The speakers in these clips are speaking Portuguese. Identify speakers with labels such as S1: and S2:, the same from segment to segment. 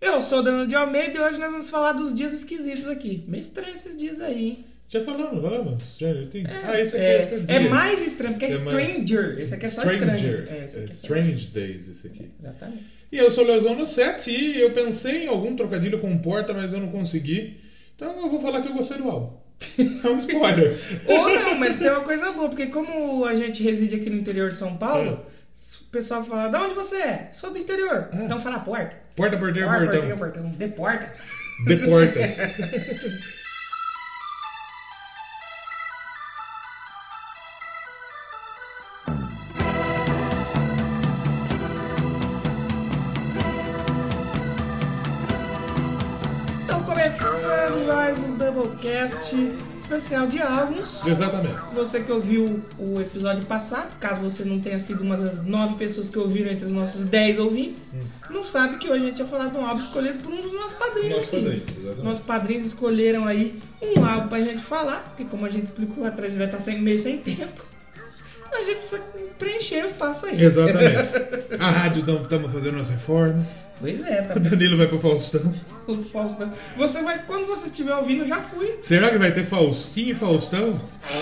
S1: eu sou o Danilo de Almeida e hoje nós vamos falar dos dias esquisitos aqui. Meio estranho esses dias aí.
S2: Já falamos, falamos. Stranger Things.
S1: É,
S2: ah, esse aqui
S1: é,
S2: é, esse
S1: é
S2: dia.
S1: mais estranho, porque é,
S2: É mais-
S1: Stranger. Esse aqui é só
S2: Stranger.
S1: estranho. É, esse
S2: É
S1: aqui é só-
S2: Strange Days, esse aqui.
S1: Exatamente.
S2: E eu sou o Leozono 7 e eu pensei em algum trocadilho com porta, mas eu não consegui. Então eu vou falar que eu gostei do álbum. É um spoiler.
S1: Ou não, mas tem uma coisa boa, porque como a gente reside aqui no interior de São
S2: É.
S1: Paulo, o pessoal fala, de onde você é? Sou do interior.
S2: Ah.
S1: Então fala porta.
S2: Porta, porteiro,
S1: Porta, portinha,
S2: portão.
S1: portão. De porta.
S2: De portas.
S1: Então começando mais um Doublecast especial de álbuns.
S2: Exatamente.
S1: Você que ouviu o episódio passado, caso você não tenha sido uma das nove pessoas que ouviram entre os nossos dez ouvintes,
S2: Hum.
S1: não sabe que hoje a gente ia falar de um álbum escolhido por um dos nossos padrinhos.
S2: Nós
S1: aqui.
S2: padrinhos, exatamente.
S1: Nossos padrinhos escolheram aí um álbum pra gente falar, porque como a gente explicou lá atrás, a gente vai estar sem, meio sem tempo. A gente precisa preencher o espaço aí.
S2: Exatamente. A rádio estamos fazendo nossa reforma.
S1: Pois é, tá
S2: O Danilo vai pro Faustão.
S1: o Faustão. Você vai, quando você estiver ouvindo, já fui.
S2: Será que vai ter Faustinho e Faustão?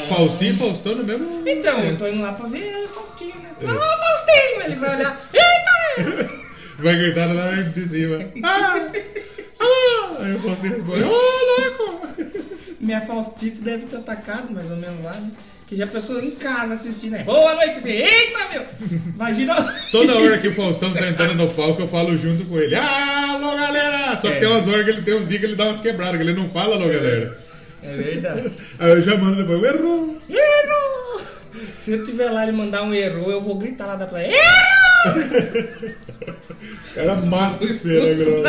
S2: Faustinho e Faustão no mesmo.
S1: Ah. Então, eu tô indo lá pra ver ele, o Faustinho, né? Ah, Faustinho! Ele vai olhar. Eita!
S2: Vai gritar lá de cima.
S1: Ah!
S2: Ah! Aí o Faustinho responde: Ô, louco!
S1: Minha Faustito deve ter atacado mais ou menos lá, né? Que já pessoa em casa assistindo, né? Boa noite, assim, eita, meu! Imagina.
S2: Toda hora que o Faustão tá entrando no palco, eu falo junto com ele. Alô, galera! Só que
S1: É.
S2: tem umas horas que ele tem uns dias que ele dá umas quebradas, que ele não fala, alô, galera.
S1: É verdade.
S2: Aí eu já mando depois, errou!
S1: Erro! Se eu tiver lá e ele mandar um erro, eu vou gritar lá da praia. Erro!
S2: O cara mata o cena, Globo.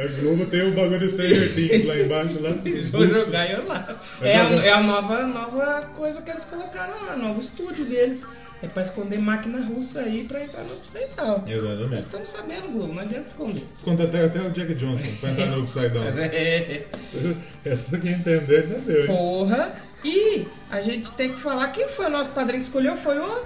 S2: A Globo tem o bagulho de Stranger Things lá embaixo, lá.
S1: Vou jogar eu lá.
S2: Vai
S1: É a,
S2: jogar.
S1: é a nova, nova coisa que eles colocaram lá, novo estúdio deles. É pra esconder máquina russa aí pra entrar no Ocidente. Nós
S2: Exatamente.
S1: estamos sabendo, Globo, não adianta esconder.
S2: Contrataram até o Jack Johnson pra entrar no Upside Down.
S1: É.
S2: Essa que entender, entendeu, hein?
S1: Porra! E a gente tem que falar quem foi o nosso padrinho que escolheu, foi o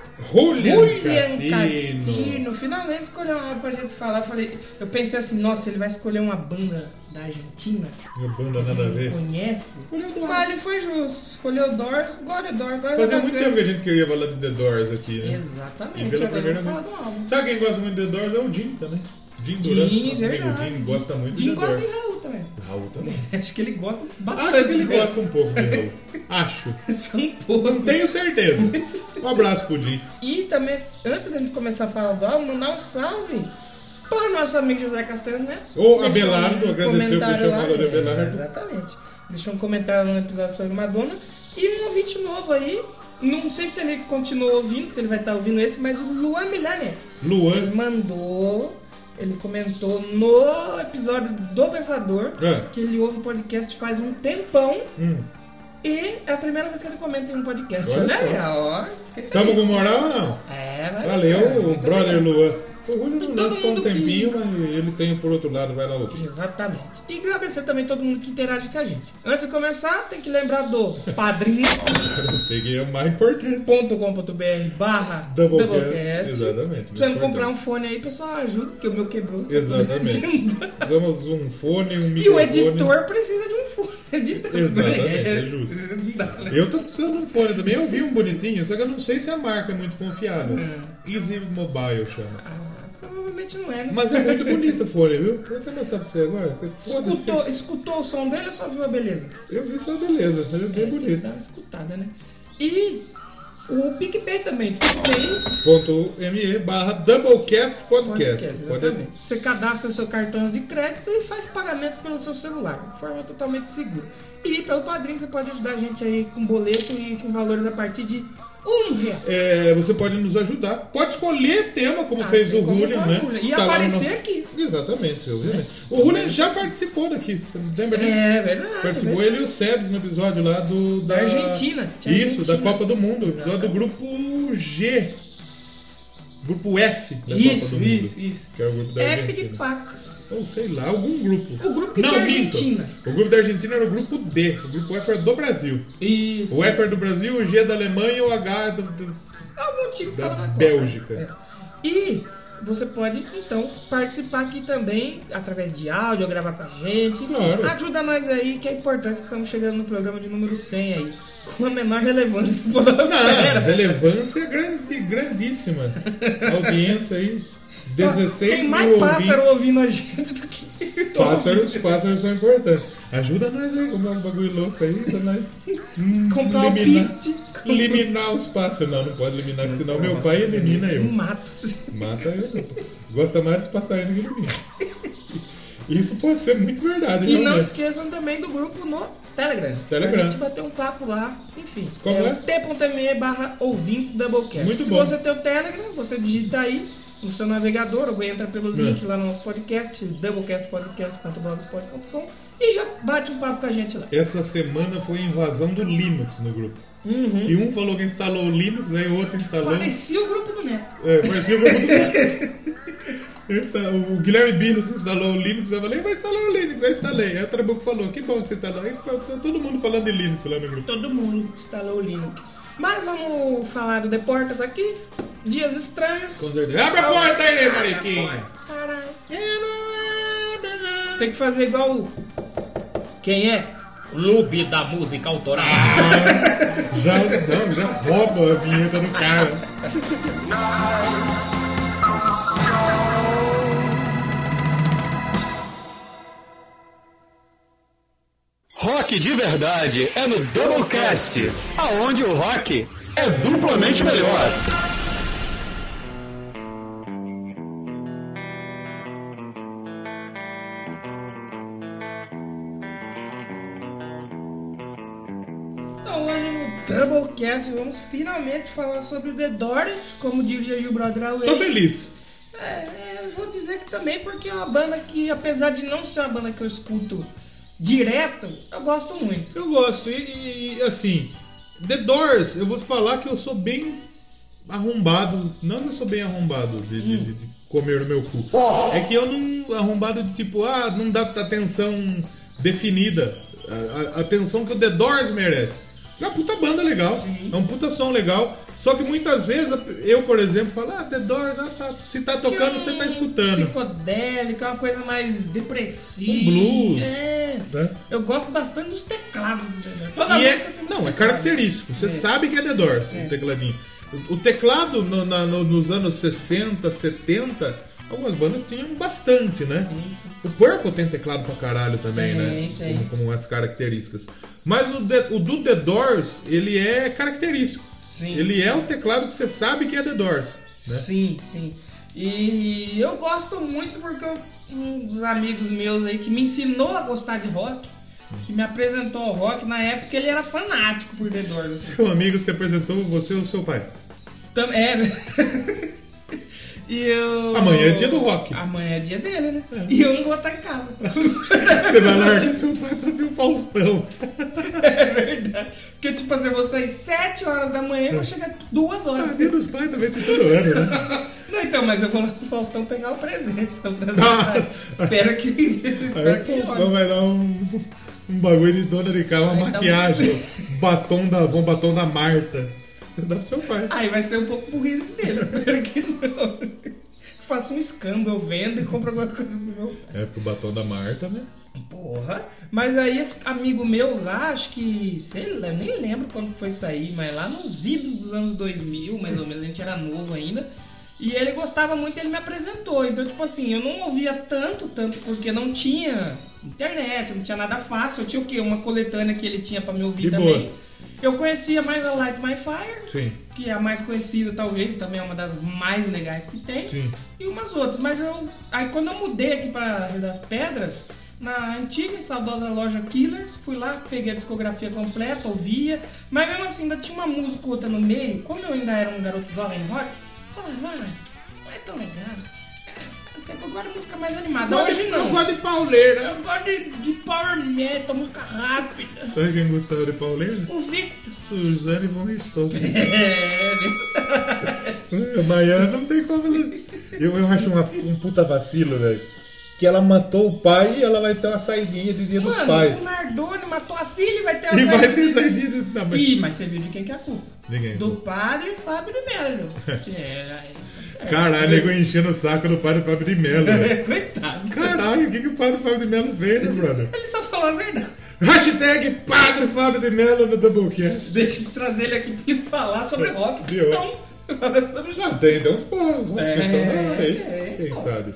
S2: Julian
S1: Julian
S2: Catino.
S1: Catino. Finalmente escolheu uma pra gente falar. Eu Falei, eu pensei assim, nossa, ele vai escolher uma banda da Argentina
S2: Minha banda nada a
S1: que
S2: ver.
S1: conhece.
S2: Escolheu Doors.
S1: Mas ele foi justo. Escolheu Doors, agora é Doors, agora
S2: Fazia
S1: é
S2: muito
S1: Doors.
S2: tempo que a gente queria falar de The Doors aqui, né? E
S1: Exatamente,
S2: pela
S1: agora
S2: primeira
S1: vamos falar
S2: vez.
S1: do álbum.
S2: Sabe quem gosta muito de The Doors é o Jim também. Jim Duran.
S1: Jim, é
S2: Nosso amigo
S1: verdade.
S2: Jim gosta muito
S1: Jim
S2: de The
S1: gosta de
S2: Doors.
S1: Raul também.
S2: Raul também.
S1: Acho que ele gosta bastante.
S2: Acho que ele
S1: né?
S2: gosta um pouco de Raul. Acho.
S1: Só um pouco.
S2: Não tenho certeza. Um abraço pro Jim.
S1: E também, antes da gente começar a falar do álbum, mandar um salve para o nosso amigo José Castanhos Neto.
S2: Ô,
S1: Deixou um
S2: Abelardo, agradeceu por
S1: comentário lá.
S2: chamar o Abelardo.
S1: É, exatamente. Deixou um comentário no episódio sobre Madonna. E um ouvinte novo aí, não sei se ele continua ouvindo, se ele vai estar ouvindo esse, mas o Luan Milanes. Ele
S2: Luan.
S1: mandou, ele comentou no episódio do Pensador,
S2: Ah,
S1: que ele ouve o podcast faz um tempão.
S2: hum.
S1: E é a primeira vez que ele comenta em um podcast.
S2: Olha
S1: Olha
S2: só.
S1: aí, ó.
S2: Tamo com moral ou não?
S1: É, vai ficar,
S2: Valeu,
S1: muito
S2: brother
S1: obrigado.
S2: Luan. O Júnior não
S1: Todo
S2: lança um
S1: mundo que-
S2: tempinho, mas ele tem por outro lado, vai lá ouvir.
S1: Exatamente. E agradecer também todo mundo que interage com a gente. Antes de começar, tem que lembrar do padrinho.com.br
S2: Peguei o mais importante.
S1: barra
S2: Doublecast.
S1: Doublecast.
S2: Exatamente.
S1: Precisamos
S2: muito
S1: comprar um
S2: importante.
S1: fone aí, pessoal, ajuda, porque o meu quebrou.
S2: Exatamente. Precisamos um fone,
S1: E
S2: um
S1: o
S2: microfone.
S1: editor precisa de um fone. Editor.
S2: Exatamente, é justo.
S1: Não dá, né?
S2: Eu tô precisando de um fone também. Eu vi um bonitinho, só que eu não sei se a marca é muito confiável.
S1: É.
S2: Easy Mobile chama.
S1: Ah, provavelmente não é, né?
S2: Mas é muito bonito o fone, viu? Vou até mostrar pra você agora. Foda-se.
S1: Escutou, escutou o som dele ou só viu a beleza?
S2: Eu vi só beleza, mas é bem
S1: Tem que dar
S2: bonito.
S1: uma escutada, né? E o PicPay também. PicPay
S2: Ponto .me barra Doublecast Podcast.
S1: Podcast,
S2: Pode-
S1: exatamente. Você cadastra seu cartão de crédito e faz pagamentos pelo seu celular, de forma totalmente segura. E pelo padrinho você pode ajudar a gente aí com boleto e com valores a partir de um real.
S2: É, você pode nos ajudar. Pode escolher tema, como
S1: Ah,
S2: fez
S1: sim,
S2: o
S1: como
S2: Julian,
S1: foi o
S2: né?
S1: Julian. E
S2: lá no
S1: aparecer
S2: nosso-
S1: aqui.
S2: Exatamente, obviamente. O Julian já participou daqui, você lembra disso?
S1: É verdade.
S2: Participou
S1: verdade.
S2: ele e o Sebs no episódio lá do, da...
S1: Da Argentina. Tinha
S2: Isso, da
S1: Argentina.
S2: Copa do Mundo. Episódio do grupo G. Grupo F da
S1: Isso,
S2: Copa do
S1: isso,
S2: Mundo.
S1: isso.
S2: Que é o grupo da
S1: F de
S2: Argentina.
S1: faca.
S2: Ou sei lá, algum grupo.
S1: O grupo que
S2: Não,
S1: tinha
S2: minto.
S1: Argentina.
S2: O grupo da Argentina era o grupo D. O grupo F era do Brasil.
S1: Isso.
S2: O F era do Brasil, o G é da Alemanha e o H é do, do-
S1: Algum time que
S2: da
S1: É. tava na Copa.
S2: Bélgica.
S1: E você pode, então, participar aqui também, através de áudio, gravar com a gente.
S2: Claro.
S1: Ajuda nós aí, que é importante que estamos chegando no programa de número 100 aí. Com a menor relevância da
S2: Ah,
S1: podosfera.
S2: relevância grande, grandíssima. Audiência aí. 16
S1: Tem mais
S2: mil
S1: pássaro
S2: ouvintes.
S1: ouvindo a gente do que...
S2: Pássaros, pássaros são importantes. Ajuda nós aí, comprar uns bagulho louco aí pra nós. hum,
S1: Comprar um
S2: eliminar-
S1: piste.
S2: Eliminar os pássaros. Não, não pode eliminar, porque senão meu pai elimina eu.
S1: Um Maps.
S2: Mata eu. pô. Gosta mais dos passarinhos que de mim. Isso pode ser muito verdade,
S1: E não
S2: realmente.
S1: esqueçam também do grupo no Telegram.
S2: Telegram.
S1: A gente bateu um papo lá, enfim.
S2: Como é?
S1: o T.me barra ouvintes Doublecast.
S2: Muito
S1: Se
S2: bom.
S1: você tem o Telegram, você digita aí no seu navegador, ou entra pelo link
S2: É.
S1: lá no nosso podcast, doublecastpodcast.blogspot.com e já bate um papo com a gente lá.
S2: Essa semana foi a invasão do Linux no grupo.
S1: Uhum.
S2: E um falou que instalou o Linux, aí o outro instalou.
S1: Parecia o grupo do Neto.
S2: É, parecia o grupo do Essa- O Guilherme Binus instalou o Linux, eu falei, vai instalar o Linux, aí instalei. Aí o Trabuco falou, que bom que você instalou. Aí tá todo mundo falando de Linux lá no grupo.
S1: Todo mundo instalou o Linux. Mas vamos falar do Deportas aqui. Dias estranhos.
S2: Com certeza. Abre a porta
S1: Abre
S2: aí,
S1: a
S2: Mariquinha!
S1: porta. Caralho. é Tem que fazer igual o. Quem é?
S3: Clube da Música Autoral.
S2: Já, não, já rouba a vinheta do cara.
S4: Rock de verdade é no Doublecast, aonde o rock é duplamente melhor.
S1: Então hoje no Doublecast vamos finalmente falar sobre o The Doors, como diria Gil Bradral.
S2: Tô feliz.
S1: É, eu vou dizer que também porque é uma banda que, apesar de não ser uma banda que eu escuto direto, eu gosto muito.
S2: Eu gosto. E, e, assim, The Doors, eu vou te falar que eu sou bem arrombado. Não que eu sou bem arrombado de, de- de- de comer no meu cu. É que eu não. Arrombado de tipo, ah, não dá atenção definida. A, a- a atenção que o The Doors merece. É uma puta banda legal,
S1: Sim.
S2: é um puta som legal. Só que muitas vezes eu, por exemplo, falo, ah, The Doors, ah, tá- se tá tocando,
S1: é
S2: você tá escutando.
S1: Psicodélica, um é uma coisa mais depressiva.
S2: Um blues.
S1: É.
S2: né?
S1: Eu gosto bastante dos teclados. né? Toda
S2: E
S1: música
S2: é-
S1: tem um
S2: não, é
S1: teclado.
S2: característico. Você
S1: É.
S2: sabe que é The Doors,
S1: É.
S2: o tecladinho. O- O teclado no- na- no- nos anos 60, 70, algumas bandas tinham bastante, né?
S1: Sim, sim.
S2: O Purple tem teclado pra caralho também,
S1: Tem,
S2: né?
S1: tem.
S2: Como, como as características. Mas o, The- o do The Doors, ele é característico.
S1: Sim.
S2: Ele é o teclado que você sabe que é The Doors. Né?
S1: Sim, sim. E eu gosto muito porque eu- um dos amigos meus aí que me ensinou a gostar de rock, que me apresentou ao rock, na época ele era fanático por The Doors. Assim.
S2: Seu Um amigo se apresentou, você ou seu pai?
S1: Tam- é. E eu.
S2: Amanhã é dia do rock.
S1: Amanhã é dia dele, né? E eu não vou estar em casa.
S2: Você vai largar seu pai pra ver o Faustão.
S1: é verdade. Porque, tipo assim, eu vou sair 7 horas da manhã e vou chegar 2
S2: Ah,
S1: horas.
S2: Dia dos pais também tem todo ano, né?
S1: Não, então, mas eu vou lá pro Faustão pegar o presente. Então,
S2: Ah.
S1: Espero que.
S2: Aí é
S1: Espero
S2: o
S1: que
S2: Faustão vai dar um, um bagulho de dona de casa, uma
S1: Vai dar um-
S2: maquiagem, batom da Avon, batom da Marta. Você dá pro seu pai.
S1: Aí vai ser um pouco burrice dele, espero que não. Faço um escambo, eu vendo e compro alguma coisa pro meu pai.
S2: É, pro batom da Marta, né?
S1: Porra. Mas aí esse amigo meu lá, acho que. Sei lá, eu nem lembro quando foi sair, mas lá nos idos dos anos 2000, mais ou menos, a gente era novo ainda. E ele gostava muito, ele me apresentou. Então, tipo assim, eu não ouvia tanto, tanto, porque não tinha internet, não tinha nada fácil. Eu tinha o quê? Uma coletânea que ele tinha pra me ouvir
S2: De
S1: também.
S2: boa.
S1: Eu conhecia mais a Light My Fire
S2: Sim,
S1: que é a mais conhecida, talvez, também é uma das mais legais que tem.
S2: sim.
S1: E umas outras, mas eu. Aí quando eu mudei aqui pra Rio das Pedras, na antiga e saudosa loja Killers, fui lá, peguei a discografia completa, ouvia, mas mesmo assim ainda tinha uma música ou outra no meio, como eu ainda era um garoto jovem rock, eu falava, ah, não é tão legal. Ah, sei, Agora é música mais animada. Hoje não.
S2: Ah, Eu gosto de pauleira.
S1: Eu gosto de, de power metal, música rápida.
S2: Sabe quem gostava de pauleira?
S1: O Victor.
S2: Suzane von Richthofen.
S1: É, né?
S2: Amanhã É, não tem como... Eu, eu acho uma- um puta vacilo, velho. Que ela matou o pai e ela vai ter uma saidinha de dia dos
S1: Mano, o
S2: pais.
S1: Nardone matou a filha e vai ter
S2: E é vai
S1: saída
S2: ter
S1: de-
S2: saidinha de... Não, mas-
S1: Ih, mas você viu de quem que é a culpa?
S2: Ninguém.
S1: Do padre Fábio Melo. É, é,
S2: Caralho, nego enchendo o saco do padre Fábio de Mello. velho.
S1: Coitado.
S2: Caralho, o que, que o padre Fábio de Mello fez, né, brother?
S1: Ele só falou a verdade.
S2: Hashtag Padre Fábio de Mello no Doublecast.
S1: Deixa eu trazer ele aqui pra ele falar sobre rock.
S2: Viu?
S1: Então, fala sobre isso.
S2: Tem, tem uns porros, uma
S1: É,
S2: questão da hora aí.
S1: é.
S2: Quem sabe?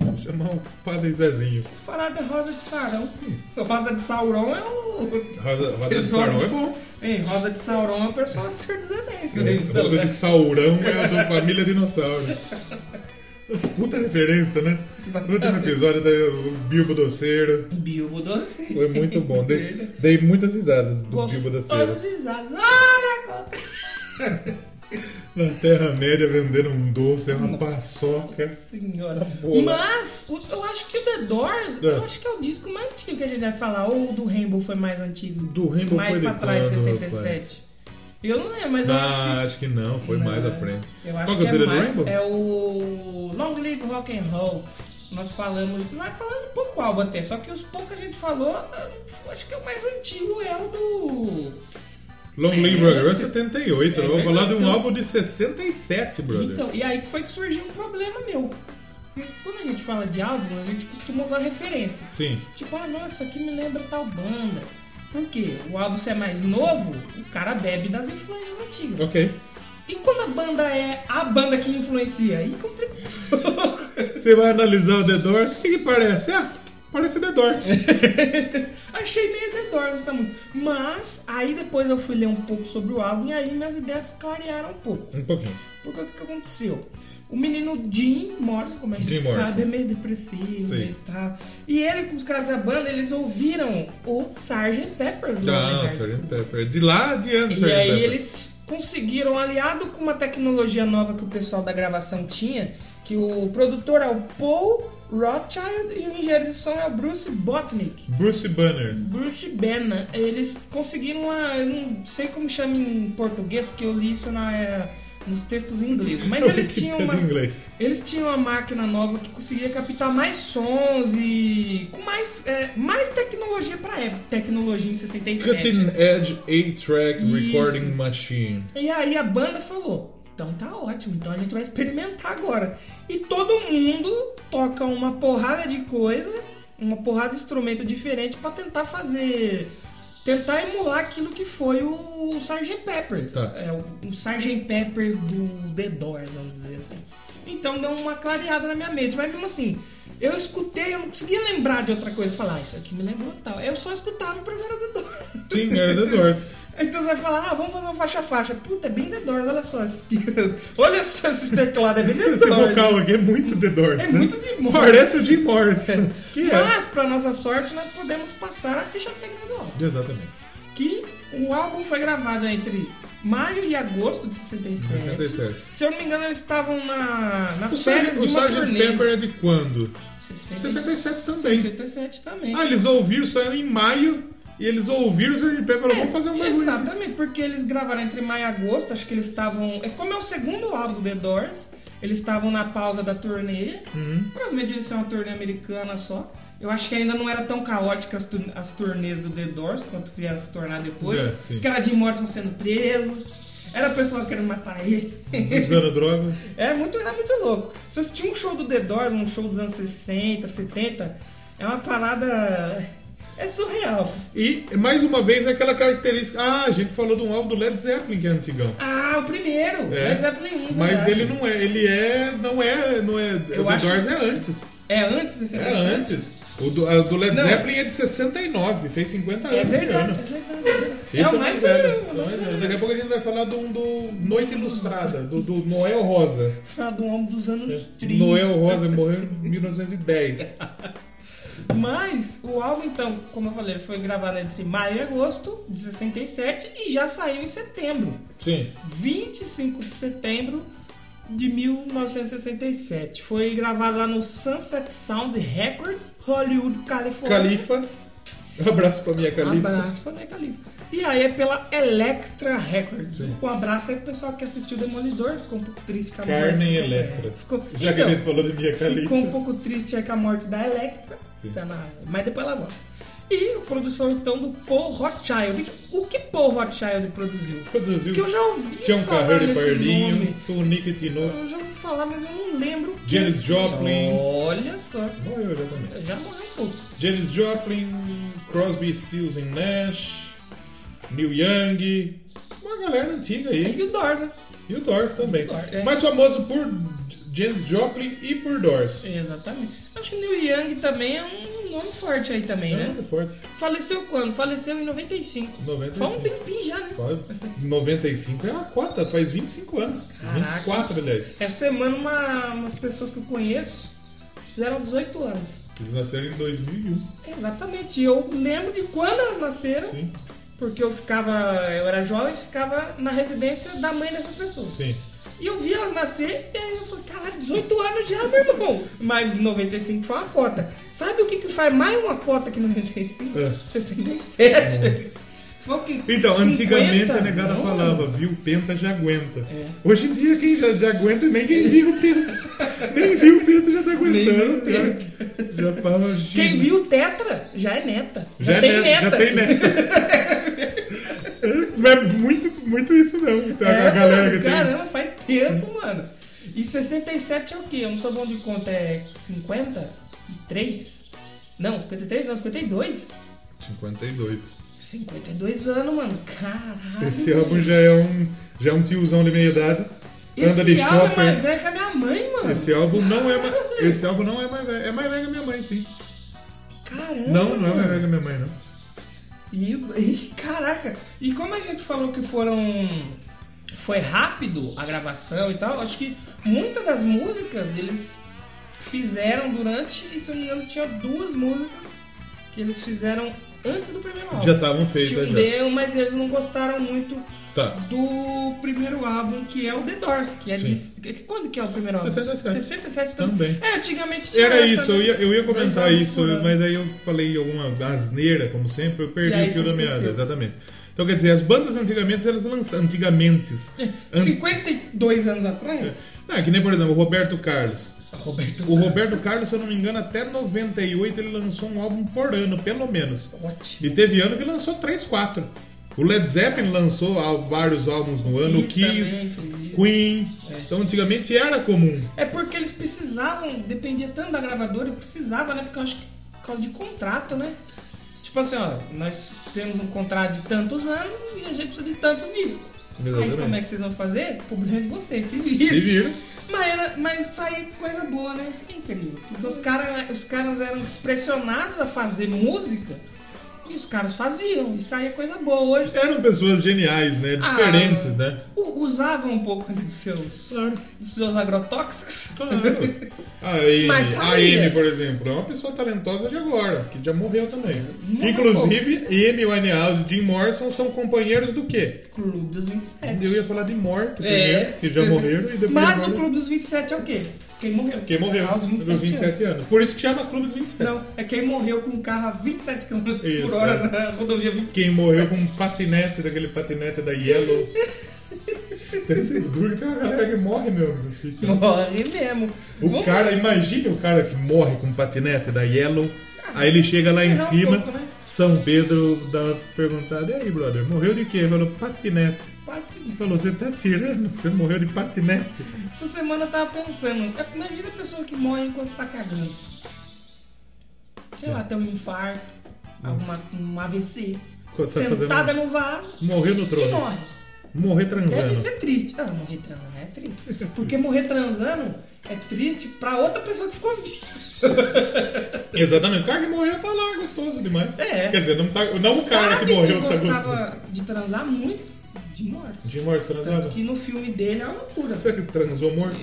S2: Vou chamar o Padre Zezinho.
S1: Falar da Rosa de Saurão. A Rosa de Sauron é o.
S2: Hum. Rosa, rosa de
S1: Pessoal
S2: Saurão
S1: de-
S2: é bom.
S1: Hein, Rosa de Sauron é o pessoal do Senhor dos Anéis.
S2: É, Rosa de Saurão é a da família dinossauro. Nossa, Puta referência, né? No último episódio, daí, o Bilbo doceiro.
S1: Bilbo doce.
S2: Foi muito bom. Dei, dei muitas risadas do Bilbo doceiro.
S1: Gostosas risadas. Ah,
S2: Na Terra-média, vendendo um doce, é uma
S1: Nossa
S2: paçoca.
S1: senhora.
S2: bola.
S1: Mas, o- eu acho que o The Doors,
S2: É.
S1: eu acho que é o disco mais antigo que a gente vai falar. Ou o do Rainbow foi mais antigo?
S2: Do Rainbow
S1: mais
S2: foi
S1: pra
S2: de
S1: trás,
S2: quando,
S1: 67. Eu não lembro, mas eu acho que.
S2: Ah, acho que não, foi mais à
S1: É.
S2: frente.
S1: Eu acho
S2: Qual que é o
S1: que é,
S2: CD do
S1: mais,
S2: Rainbow?
S1: é o Long Live Rock and Roll. Nós falamos, nós falamos pouco álbum até, só que os poucos que a gente falou, eu acho que o mais antigo é o do.
S2: Long Live Brother é 78.
S1: É,
S2: eu vou falar de um
S1: então-
S2: álbum de 67, brother.
S1: Então, e aí que foi que surgiu um problema meu. Quando a gente fala de álbum, a gente costuma usar referências.
S2: Sim.
S1: Tipo, ah, nossa, isso aqui me lembra tal banda. Por quê? O álbum se é mais novo, o cara bebe das influências antigas.
S2: Ok.
S1: E quando a banda é a banda que influencia, aí complica um pouco.
S2: Você vai analisar o The Doors, o que, que parece? Ah, parece The Doors.
S1: Achei meio The Doors essa música. Mas aí depois eu fui ler um pouco sobre o álbum e aí minhas ideias clarearam um pouco.
S2: um pouquinho.
S1: Porque o que que aconteceu? O menino Jim Morrison, como a gente
S2: Jim Morrison.
S1: sabe, é meio depressivo
S2: Sim.
S1: e tal. E ele com os caras da banda, eles ouviram o Sgt. Peppers né, do
S2: Ah,
S1: Leonard
S2: Sgt. Pepper. De lá adiante,
S1: é E
S2: Sgt.
S1: aí
S2: Pepper.
S1: eles conseguiram, aliado com uma tecnologia nova que o pessoal da gravação tinha, que o produtor é o Paul Rothschild e o engenheiro de som é o Bruce Botnick.
S2: Bruce Banner.
S1: Bruce Banner, eles conseguiram uma. Eu não sei como chama em português, porque eu li isso na, eh, nos textos em inglês. Mas eles tinham
S2: Wikipedia
S1: uma.
S2: em é inglês.
S1: Eles tinham uma máquina nova que conseguia captar mais sons e. com mais, eh, mais tecnologia pra época. Tecnologia em 67.
S2: Cutting Edge 8-Track
S1: Isso.
S2: Recording Machine.
S1: E aí a banda falou: então tá ótimo, então a gente vai experimentar agora. E todo mundo toca uma porrada de coisa, uma porrada de instrumento diferente pra tentar fazer. Tentar emular aquilo que foi o Sgt. Peppers.
S2: Tá.
S1: É, o, o Sgt. Peppers do The Doors, vamos dizer assim. Então deu uma clareada na minha mente, mas mesmo assim, eu escutei, eu não conseguia lembrar de outra coisa. Falar, ah, isso aqui me lembrou tal. Eu só escutava o primeiro The Doors.
S2: Sim, era The Doors.
S1: Então você vai falar, ah, vamos fazer uma faixa a faixa. Puta, é bem The Doors, olha só. esse- Olha só esse teclado, é bem
S2: Esse,
S1: The
S2: esse
S1: Doors.
S2: vocal aqui é muito The Doors.
S1: É
S2: né?
S1: muito Jim Morrison.
S2: Parece o Jim Morrison. Que é.
S1: Mas, pra nossa sorte, nós podemos passar a ficha técnica do álbum.
S2: Exatamente.
S1: Que o álbum foi gravado entre maio e agosto de 67.
S2: 67.
S1: Se eu não me engano, eles estavam na, nas
S2: O
S1: férias
S2: Sgt.
S1: de
S2: o
S1: uma É
S2: Sgt.
S1: turnê.
S2: Pepper é de quando?
S1: 67,
S2: 67 também.
S1: 67 também.
S2: Ah, eles ouviram, saiu em maio, e eles ouviram o Sgt. Pepper e
S1: É,
S2: falaram, vamos fazer um bagulho.
S1: Exatamente, porque eles gravaram entre maio e agosto, acho que eles estavam. É como é o segundo álbum do The Doors, eles estavam na pausa da turnê.
S2: Uhum.
S1: Provavelmente ia ser uma turnê americana só. Eu acho que ainda não era tão caótica as, tur- as turnês do The Doors quanto vieram se tornar depois.
S2: É, sim.
S1: Porque era Jim Morrison sendo preso, era o pessoal querendo matar ele.
S2: Usando droga.
S1: É muito, era muito louco. Se assistir um show do The Doors, um show dos anos 60, 70, é uma parada. É surreal.
S2: E, mais uma vez, é aquela característica... Ah, a gente falou de um álbum do Led Zeppelin, que é antigão.
S1: Ah, o primeiro!
S2: É.
S1: Led Zeppelin 1.
S2: Mas
S1: verdade.
S2: ele não é, ele é, não é, não é,
S1: Eu
S2: o
S1: acho-
S2: The Doors é antes.
S1: É antes de 60?
S2: É antes. O do, a do Led
S1: Não.
S2: Zeppelin é de 69, fez 50 anos
S1: É verdade, é
S2: esse ano.
S1: verdade. é verdade.
S2: né? Esse
S1: é o mais
S2: velho.
S1: velho.
S2: É o mais velho. Daqui a pouco a gente vai falar de um do Noite Ilustrada, do, do Noel Rosa.
S1: Do homem dos anos 30.
S2: É. Noel Rosa morreu em 1910.
S1: Mas o álbum, então, como eu falei, foi gravado entre maio e agosto de 67 e já saiu em setembro.
S2: Sim.
S1: 25 de setembro de 1967. Foi gravado lá no Sunset Sound Records, Hollywood, Califórnia.
S2: Califa. Um Abraço pra minha Califa.
S1: Abraço pra minha Califa. E aí é pela Electra Records.
S2: Sim.
S1: Um abraço aí pro pessoal que assistiu Demolidor, ficou um pouco triste com a morte.
S2: Carmen
S1: da-
S2: Electra.
S1: Ficou...
S2: Já que
S1: então,
S2: a gente falou de Mia
S1: Ficou
S2: Khalifa.
S1: um pouco triste aí com a morte da Electra,
S2: É Sim.
S1: tá na- mas depois ela volta. E a produção então do Paul Rothschild. O que Paul Rothschild produziu?
S2: Produziu
S1: Que eu já ouvi
S2: Tião
S1: falar
S2: é um Carreiro e
S1: nesse
S2: Pardinho,
S1: nome.
S2: Tonico e Tinoco.
S1: Eu já ouvi falar, mas eu não lembro. o que
S2: Janis
S1: é esse
S2: Joplin.
S1: nome. Olha só,
S2: Morreu já também.
S1: já morreu um pouco.
S2: Janis Joplin, Crosby, Stills and Nash, Neil Young, uma galera antiga aí.
S1: E o Doors, né?
S2: E o Doors também.
S1: E o Doors, é.
S2: Mais famoso por Janis Joplin e por Doors.
S1: Exatamente. Acho que o Neil Young também é um nome forte aí também,
S2: É,
S1: né?
S2: muito forte.
S1: Faleceu quando? Faleceu em 95.
S2: 95.
S1: Faz um tempinho já, né?
S2: Fala- 95 é uma cota, faz 25 anos.
S1: Caraca.
S2: 24, aliás.
S1: Essa semana uma, umas pessoas que eu conheço fizeram 18 anos.
S2: Eles nasceram em 2001.
S1: Exatamente. E Eu lembro de quando elas nasceram,
S2: Sim,
S1: porque eu ficava, eu era jovem, ficava na residência da mãe dessas pessoas.
S2: sim.
S1: E eu vi elas nascer, e aí eu falei, caralho, 18 anos já, meu irmão. Mas 95 foi uma cota. Sabe o que, que faz mais uma cota que 95?
S2: É.
S1: 67. Foi o que?
S2: Então, antigamente
S1: 50?
S2: a negada
S1: Não,
S2: falava, viu, penta já aguenta.
S1: É.
S2: Hoje em dia quem já, já aguenta nem quem viu o penta. nem viu o penta já tá
S1: viu o
S2: aguentando.
S1: penta.
S2: Já, já fala,
S1: Quem
S2: "Gente,
S1: viu o Tetra já é neta. Já,
S2: Já,
S1: tem
S2: é neto,
S1: neta.
S2: Já tem neta. É muito, muito isso mesmo. Então,
S1: É,
S2: a galera
S1: mano,
S2: que tem.
S1: Caramba, faz tempo, mano. E 67 é o quê? Eu não sou bom de conta, é 53? Não, 53 não, 52?
S2: 52.
S1: 52 anos, mano. Caralho.
S2: Esse álbum já é um, já é um tiozão de meia idade. Anda de
S1: Esse álbum é mais
S2: shopping.
S1: velho que a minha mãe, mano.
S2: Esse álbum não é mais. Esse álbum não é mais velho. É mais velho que a minha mãe, sim.
S1: Caramba.
S2: Não, não é mais
S1: mano.
S2: velho que a minha mãe, não.
S1: E, e, caraca, e como a gente falou que foram. Foi rápido a gravação e tal, acho que muitas das músicas eles fizeram durante, e se eu não me engano, tinha duas músicas que eles fizeram antes do primeiro álbum.
S2: Já estavam
S1: Tinha
S2: feitas
S1: um
S2: já.
S1: demo, mas eles não gostaram muito
S2: Tá.
S1: do primeiro álbum, que é o The Doors, que é
S2: Sim.
S1: de. que- Quando que é o primeiro álbum?
S2: 67.
S1: 67
S2: Também.
S1: É, antigamente tinha.
S2: Era
S1: essa,
S2: isso, eu
S1: né?
S2: ia, eu ia
S1: Dois
S2: comentar
S1: álbuns
S2: isso,
S1: por ano.
S2: mas aí eu falei alguma asneira, como sempre, eu
S1: E aí
S2: perdi o fio
S1: você
S2: da meada,
S1: esqueceu.
S2: exatamente. Então quer dizer, as bandas antigamente, elas lançavam. Antigamente. An...
S1: 52 anos atrás?
S2: Não, é que nem, por exemplo, o Roberto Carlos.
S1: Roberto.
S2: O Roberto Carlos, se eu não me engano, até 98 ele lançou um álbum por ano, pelo menos.
S1: Ótimo.
S2: E teve ano que lançou 3, 4. O Led Zeppelin lançou al- vários álbuns no ano, o
S1: Sim,
S2: Kiss,
S1: também fez isso.
S2: Queen.
S1: É.
S2: Então antigamente era comum.
S1: É porque eles precisavam, dependia tanto da gravadora, precisava, né? Porque eu acho que por causa de contrato, né? Tipo assim, ó, nós temos um contrato de tantos anos e a gente precisa de tantos discos. Aí
S2: Exatamente.
S1: como é que vocês vão fazer? O problema é de vocês, se
S2: Se
S1: viram.
S2: vira.
S1: Mas, era, mas saía coisa boa, né? Isso que é incrível. Porque os, cara, os caras eram pressionados a fazer música e os caras faziam, e saía coisa boa. Hoje
S2: Eram pessoas geniais, né?
S1: Ah.
S2: Diferentes, né?
S1: u- usavam um pouco dos seus, dos seus agrotóxicos.
S2: A
S1: Mas
S2: Amy, a
S1: sabia.
S2: Amy, por exemplo, é uma pessoa talentosa de agora, que já morreu também.
S1: Morreu.
S2: Inclusive, Amy Winehouse e Jim Morrison são companheiros do quê?
S1: Clube dos 27.
S2: Eu ia falar de morto,
S1: É.
S2: primeiro, que já morreram, e depois
S1: Mas
S2: agora-
S1: o Clube dos 27 é o quê? Quem morreu.
S2: né? Quem morreu
S1: Aos 27, anos.
S2: anos. Por isso que chama Clube dos 27.
S1: Não, é quem morreu com um carro a 27 km
S2: Isso,
S1: por hora
S2: é.
S1: na rodovia 27.
S2: Quem morreu com um patinete, daquele patinete da Yellow. Tanto é duro que tem uma galera que morre mesmo. assim.
S1: Morre mesmo.
S2: O
S1: Vamos
S2: cara, imagine o cara que morre com um patinete da Yellow. Aí ele chega lá em
S1: esperar um
S2: cima,
S1: pouco, né?
S2: São Pedro dá uma perguntada, e aí, brother, morreu de quê? Ele falou, patinete. Ele
S1: partir.
S2: falou, você tá tirando, você morreu de patinete.
S1: Essa semana eu tava pensando, imagina a pessoa que morre enquanto está cagando. Sei
S2: É.
S1: lá, tem um infarto, alguma, um AVC,
S2: Quando É. tá fazendo-
S1: sentada no vaso
S2: Morreu no
S1: e
S2: trono.
S1: morre.
S2: Morrer
S1: Deve
S2: transando.
S1: ser triste. Não, morrer transando é triste. Porque morrer transando é triste pra outra pessoa que ficou viva.
S2: Exatamente. O cara que morreu tá lá, gostoso demais.
S1: É.
S2: Quer dizer, não, tá, não o cara
S1: Sabe
S2: que morreu tá gostoso.
S1: gostava de transar muito de morte.
S2: Jim Morrison transado?
S1: Tanto que no filme dele é uma loucura.
S2: Será que transou morto?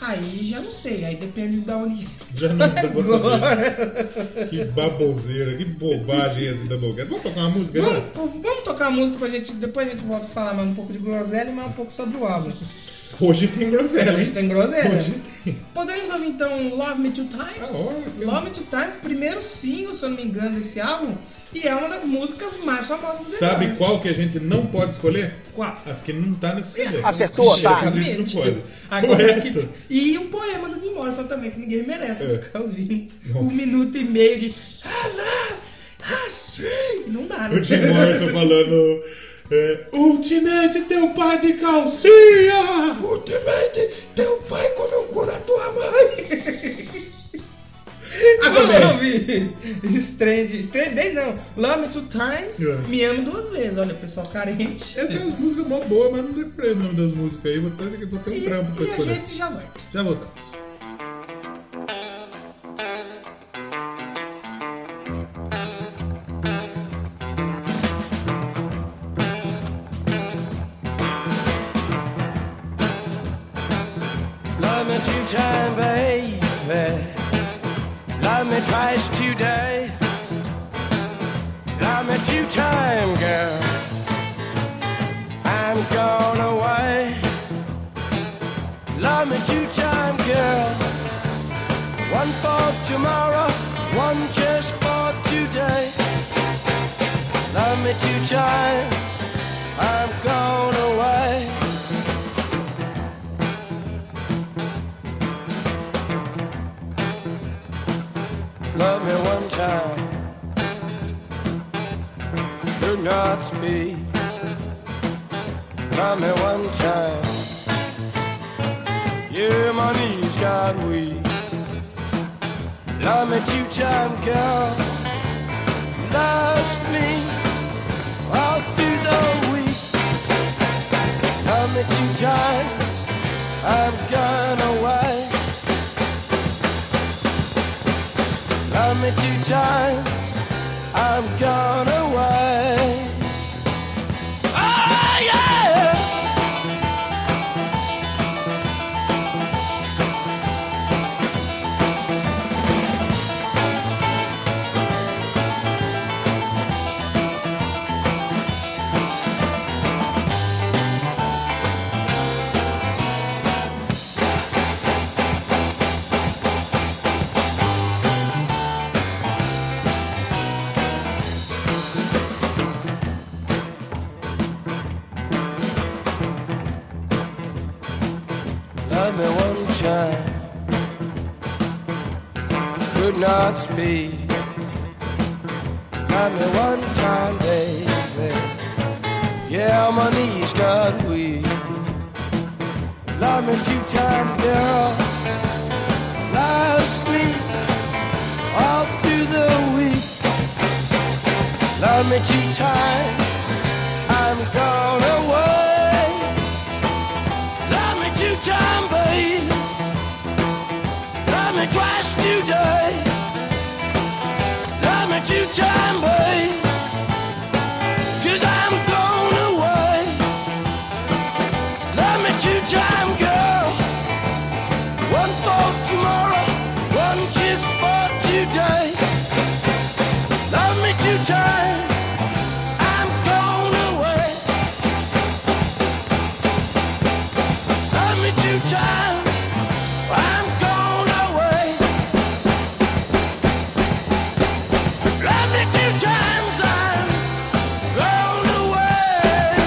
S1: Aí já não sei, aí depende da onde.
S2: Já não dá pra saber. Que baboseira, que bobagem essa da boca. Vamos tocar uma música então? já?
S1: Vamos, vamos tocar a música pra gente. Depois a gente volta a falar mais um pouco de groselha e mais um pouco sobre o álbum.
S2: Hoje tem groselha.
S1: Hoje tem tá groselha.
S2: Hoje tem.
S1: Podemos ouvir então Love Me Two Times?
S2: Ah, ótimo.
S1: Love Me Two Times, primeiro single, se eu não me engano, desse álbum. E é uma das músicas mais famosas do
S2: Sabe
S1: Doors.
S2: qual que a gente não pode escolher?
S1: Qual?
S2: As que não tá nesse CD.
S5: Acertou,
S2: Chega,
S5: tá?
S2: a gente não pode. O
S1: Agora,
S2: resto.
S1: que- E o poema do Jim Morrison também, que ninguém merece
S2: É.
S1: ficar ouvindo. Um
S2: Nossa.
S1: minuto e meio de. "Ah, lá, ah, sim", Não dá, né?
S2: O Jim Morrison falando. É, Ultimate teu pai de calcinha! Ultimate teu pai comeu o cu da tua mãe! Ah,
S1: Vamos ouvir. Strange. Strange Days não. Love Me Two Times.
S2: É.
S1: Me amo duas vezes. Olha, pessoal carente.
S2: Eu tenho umas músicas mó boas, mas não decorei o nome das músicas aí, vou ter, vou ter um
S1: E,
S2: trampo pra
S1: e a
S2: escolher.
S1: gente já volta.
S2: Já voltamos.
S6: Love me two time, baby. Love me twice today. Love me two time, girl. I'm gone away. Love me two time, girl. One for tomorrow, one just for today. Love me two time. I'm gone away. Love me one time. Do not speak. Love me one time. Yeah, my knees got weak. Love me two time, girl. Loves me all through the week. Love me two times. I'm gone away. Love me two times, I'm gone away. Oh yeah! Love me one time. Could not speak. Love me one time, baby. Yeah, my knees got weak. Love me two time, girl. Love's me all through the week. Love me two times. I'm gone away. Love me two time, babe. Love me twice today. Love me two time, babe. Cause I'm going away. Love me two time, girl. One for tomorrow, one kiss for today. Love me two time. I'm going away. Love me two times. I'm going away. Love me two times. I'm going away.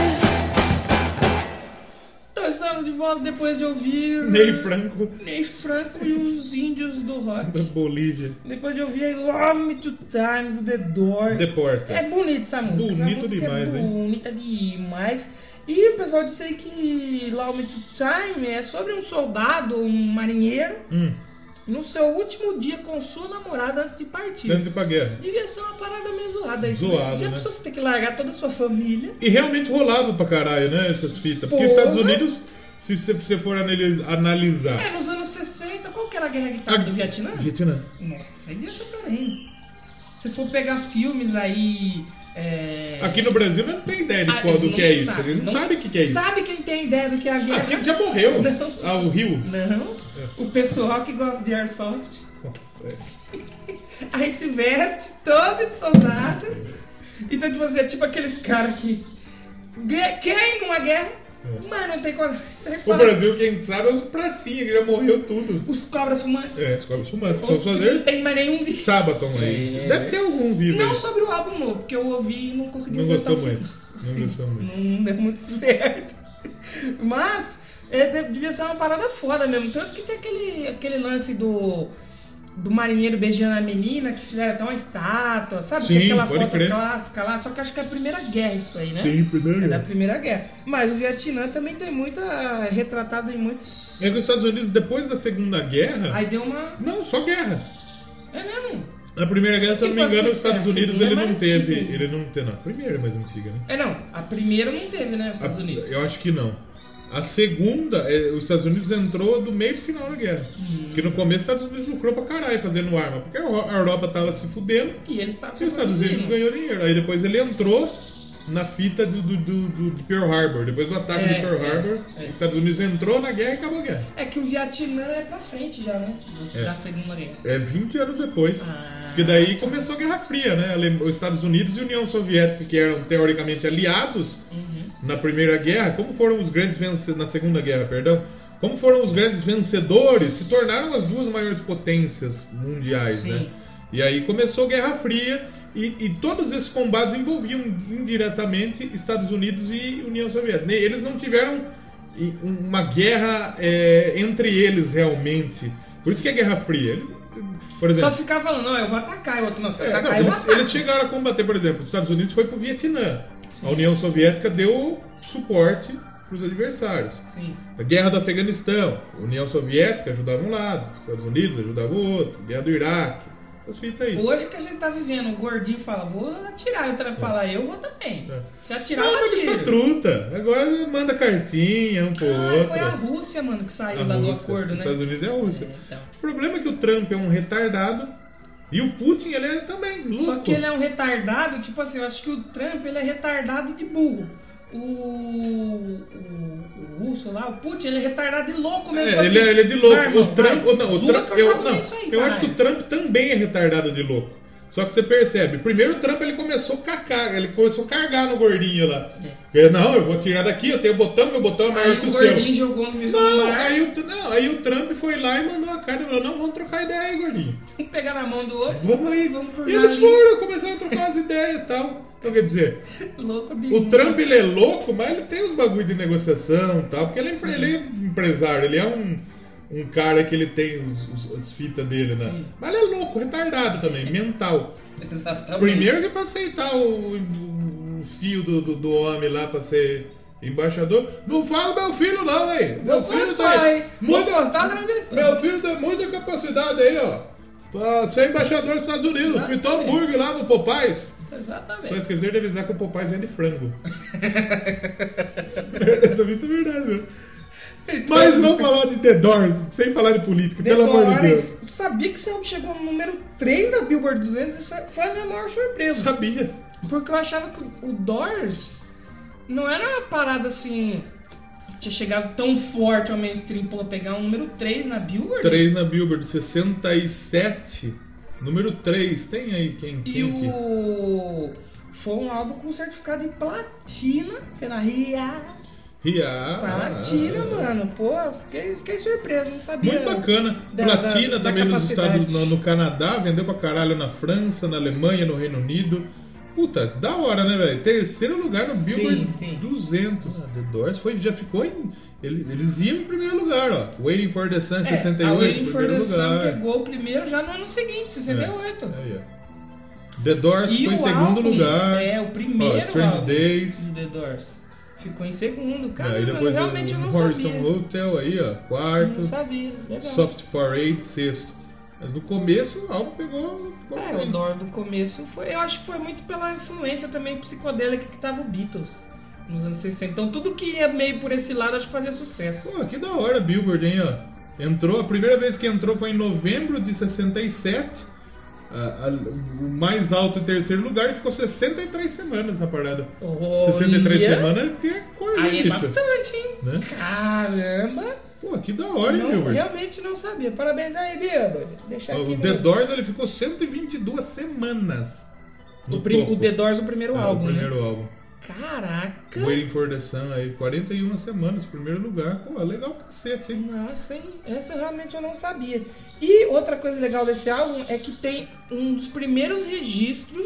S1: Então estamos de volta depois de ouvir.
S2: Ney Franco,
S1: Ney Franco e os índios do rock.
S2: da Bolívia.
S1: Depois de ouvir Love Me Two Times do The Doors.
S2: Deporta.
S1: É bonito essa música. essa
S2: Bonito
S1: música
S2: demais,
S1: é
S2: hein?
S1: bonita demais. E o pessoal disse aí que Love Me Two Time é sobre um soldado, um marinheiro,
S2: Hum,
S1: no seu último dia com sua namorada antes de partir.
S2: dando pra guerra.
S1: Devia ser uma parada meio zoada isso.
S2: Zoado,
S1: né? Já
S2: né?
S1: pensou você ter que largar toda a sua família?
S2: E realmente rolava pra caralho, né? Essas fitas. Porque os
S1: Porra.
S2: Estados Unidos, se você- você for analis-
S1: É,
S2: analisar.
S1: nos anos 60, qual que era a guerra que tava É, do Vietnã?
S2: Vietnã.
S1: Nossa, aí devia ser também. Se for pegar filmes aí. É...
S2: Aqui no Brasil não tem ideia de
S1: Ah,
S2: qual
S1: eles
S2: do
S1: não
S2: que é isso.
S1: sabem,
S2: Ele não, sabe o que, que é isso.
S1: Sabe quem tem ideia do que é a guerra?
S2: Aqui É. já morreu.
S1: Não.
S2: Ah, o Rio.
S1: Não. O pessoal que gosta de airsoft.
S2: Nossa, é.
S1: Aí se veste todo de soldado. Então, tipo assim, é tipo aqueles caras que. gue- Querem uma guerra, mas não tem coragem.
S2: O Brasil, quem sabe, é os pracinhas que já morreu tudo.
S1: Os cobras fumantes.
S2: É, escola muçulmana.
S1: Os
S2: Só
S1: que Não
S2: fazer
S1: tem mais nenhum vídeo.
S2: sábaton aí.
S1: É.
S2: Deve ter algum vivo
S1: Não
S2: aí.
S1: sobre o álbum novo, porque eu ouvi e não consegui tá
S2: Não
S1: gostar
S2: gostou muito. Não gostou muito.
S1: Não, não deu muito certo. Mas é, de- devia ser uma parada foda mesmo. Tanto que tem aquele, aquele lance do. Do marinheiro beijando a menina, que fizeram até uma estátua, sabe? Tem
S2: Sim,
S1: aquela
S2: pode
S1: foto
S2: crer.
S1: clássica lá, só que acho que é a Primeira Guerra isso aí, né?
S2: Sim,
S1: É da
S2: primeiro.
S1: Primeira Guerra. Mas o Vietnã também tem muita. retratado em muitos.
S2: É que os Estados Unidos, depois da Segunda Guerra.
S1: Aí deu uma.
S2: Não, só guerra.
S1: É mesmo?
S2: Na primeira guerra, se eu não me
S1: Quem faz
S2: engano, os
S1: isso? É,
S2: Estados Unidos
S1: segunda
S2: ele
S1: é
S2: não
S1: mais
S2: teve.
S1: antiga.
S2: Ele não teve. Não, a primeira é mais antiga, né?
S1: É não, a primeira não teve, né? Os Estados
S2: A-
S1: Unidos.
S2: Eu acho que não. A segunda, é, os Estados Unidos entrou do meio pro final da guerra.
S1: Hum.
S2: Porque no começo os Estados Unidos lucrou pra caralho fazendo arma. Porque a Euro- a Europa tava se fudendo
S1: E eles tá estavam.
S2: e os Estados Unidos
S1: produzindo.
S2: ganhou dinheiro. Aí depois ele entrou na fita do, do, do- do- de Pearl Harbor. Depois do ataque
S1: É,
S2: de Pearl
S1: é,
S2: Harbor,
S1: é.
S2: os Estados Unidos entrou na guerra e acabou a guerra.
S1: É que o Vietnã é pra frente já, né?
S2: É.
S1: Da Segunda Guerra.
S2: É 20 anos depois.
S1: Ah.
S2: Porque daí começou a Guerra Fria, né? Ale- Os Estados Unidos e a União Soviética, que eram teoricamente aliados,
S1: Uhum.
S2: na Primeira Guerra, como foram os grandes vencedores, na Segunda Guerra, perdão, como foram os grandes vencedores, se tornaram as duas maiores potências mundiais,
S1: Sim.
S2: né? E aí começou a Guerra Fria e, e todos esses combates envolviam indiretamente Estados Unidos e União Soviética. Ne- Eles não tiveram i- uma guerra é, entre eles realmente. Por isso que é Guerra Fria. Eles- por
S1: Só
S2: exemplo,
S1: ficar falando, não, eu vou atacar, e o outro, não, se
S2: é, não,
S1: atacar, eu vou
S2: eles,
S1: atacar.
S2: eles chegaram a combater, por exemplo, os Estados Unidos foi pro Vietnã. A União Soviética deu suporte pros adversários.
S1: Sim.
S2: A guerra do Afeganistão, a União Soviética ajudava um lado, os Estados Unidos ajudava o outro, guerra do Iraque, essas fitas aí.
S1: Hoje que a gente tá vivendo, o gordinho fala, vou atirar, e o outro fala, eu vou também.
S2: É.
S1: Se atirar,
S2: Não,
S1: eu
S2: mas está
S1: atiro.
S2: truta. Agora manda cartinha um pro
S1: Ah,
S2: outro.
S1: foi a Rússia, mano, que saiu
S2: A
S1: lá do
S2: Rússia.
S1: acordo,
S2: Os
S1: né?
S2: Estados Unidos é a Rússia.
S1: É, então.
S2: O problema é que o Trump é um retardado e o Putin ele é também louco.
S1: Só que ele é um retardado, tipo assim, eu acho que o Trump ele é retardado de burro. O, o, o russo lá, o Putin, ele é retardado de louco mesmo.
S2: É,
S1: assim,
S2: ele, é- ele é de louco.
S1: vai,
S2: o
S1: irmão,
S2: Trump,
S1: vai,
S2: ou não, o
S1: zula
S2: Trump-
S1: que eu,
S2: eu,
S1: falo
S2: não,
S1: isso aí,
S2: eu acho que
S1: caralho.
S2: o Trump também é retardado de louco. Só que você percebe, primeiro o Trump ele começou a cacar, ele começou a cargar no gordinho lá. Ele, não, eu vou tirar daqui, eu tenho botão, meu botão é maior
S1: É. Aí
S2: que
S1: o
S2: o seu.
S1: gordinho jogou no mesmo
S2: Não
S1: lugar,
S2: aí, o, Tr- não, aí o Trump foi lá e mandou a carta e falou, não, vamos trocar ideia aí, gordinho.
S1: um pegar na mão do outro,
S2: Vamos aí,
S1: vamos cruzar
S2: E eles
S1: ali.
S2: foram, começaram a trocar as ideias e tal. Então quer dizer,
S1: louco de
S2: o Trump ele é louco, mas ele tem os bagulho de negociação e tal, porque ele é, empre- ele é empresário, ele é um, um cara que ele tem os- os- as fitas dele, né?
S1: Sim.
S2: Mas ele é louco, retardado também, mental.
S1: Exatamente.
S2: Primeiro que é pra aceitar o, o- o fio do, do, do homem lá pra ser embaixador. Não fala meu filho não, velho. Meu
S1: Não
S2: filho
S1: fala,
S2: tá aí.
S1: pai.
S2: Muito,
S1: Vou cortar a travessão.
S2: meu filho tem muita capacidade aí, ó. Pra ser embaixador dos Estados Unidos. Fritou hambúrguer lá no Popais.
S1: Exatamente.
S2: Só esquecer de avisar que o Popeyes vende frango. Essa é muito verdade, meu.
S1: Então,
S2: Mas vamos falar de The Doors, sem falar de política, pelo amor de Deus.
S1: Eu sabia que esse álbum chegou no número 3 da Billboard 200 isso foi a minha maior
S2: Eu
S1: surpresa.
S2: sabia.
S1: Porque eu achava que o Doors não era uma parada assim. Tinha chegado tão forte ao mainstream, pô, pegar um número 3 na Billboard.
S2: 3 na Billboard, 67. Número 3, tem aí quem,
S1: E
S2: quem que...
S1: o. Foi um álbum com certificado de platina pela RIA.
S2: Ria.
S1: Platina, Ah, mano. Pô, fiquei, fiquei surpreso, não sabia.
S2: Muito bacana.
S1: Da-
S2: Platina
S1: da- da
S2: também nos
S1: capacidade.
S2: Estados no, no Canadá, vendeu pra caralho na França, na Alemanha, no Reino Unido. Puta, da hora, né, velho? Terceiro lugar no Billboard
S1: sim.
S2: 200. Ah, The Doors foi, já ficou em. Ele- Eles, iam em primeiro lugar, ó. Waiting for the Sun,
S1: É,
S2: 68,
S1: a Waiting for
S2: primeiro
S1: the Sun
S2: lugar.
S1: pegou o primeiro já no ano seguinte, 68.
S2: Aí, ó. The Doors
S1: E
S2: ficou em
S1: o
S2: segundo
S1: álbum,
S2: lugar.
S1: É, o
S2: ó,
S1: primeiro
S2: Strange
S1: álbum
S2: Days.
S1: de The Doors. Ficou em segundo, cara.
S2: É, Aí
S1: eu
S2: depois
S1: realmente
S2: o
S1: eu não
S2: Morrison
S1: sabia.
S2: Hotel aí, ó. Quarto.
S1: Não sabia. Legal.
S2: Soft Parade, sexto. Mas no começo o álbum pegou. ficou
S1: É, o
S2: bem.
S1: Doors do começo foi. Eu acho que foi muito pela influência também psicodélica que tava o Beatles nos anos 60. Então tudo que ia meio por esse lado acho que fazia sucesso.
S2: Pô, que da hora Billboard, hein, ó. Entrou, a primeira vez que entrou foi em novembro de 67. a- a- o mais alto em terceiro lugar e ficou 63 semanas na parada.
S1: Olha,
S2: 63 semanas é que é coisa, hein,
S1: Aí é
S2: bicho.
S1: bastante, hein?
S2: Né?
S1: Caramba!
S2: Pô, que da hora, hein,
S1: Não,
S2: Billboard.
S1: realmente não sabia. Parabéns aí, Bilbo. Deixa
S2: Ó,
S1: aqui.
S2: O
S1: meu-
S2: The Doors ele ficou 122 semanas.
S1: O,
S2: no
S1: prim-
S2: topo.
S1: o The Doors, o primeiro
S2: É,
S1: álbum,
S2: O primeiro
S1: né?
S2: álbum.
S1: Caraca!
S2: Waiting for the Sun aí, 41 semanas, primeiro lugar. Pô, legal pra cacete, hein?
S1: Nossa, hein? Essa realmente eu não sabia. E outra coisa legal desse álbum é que tem um dos primeiros registros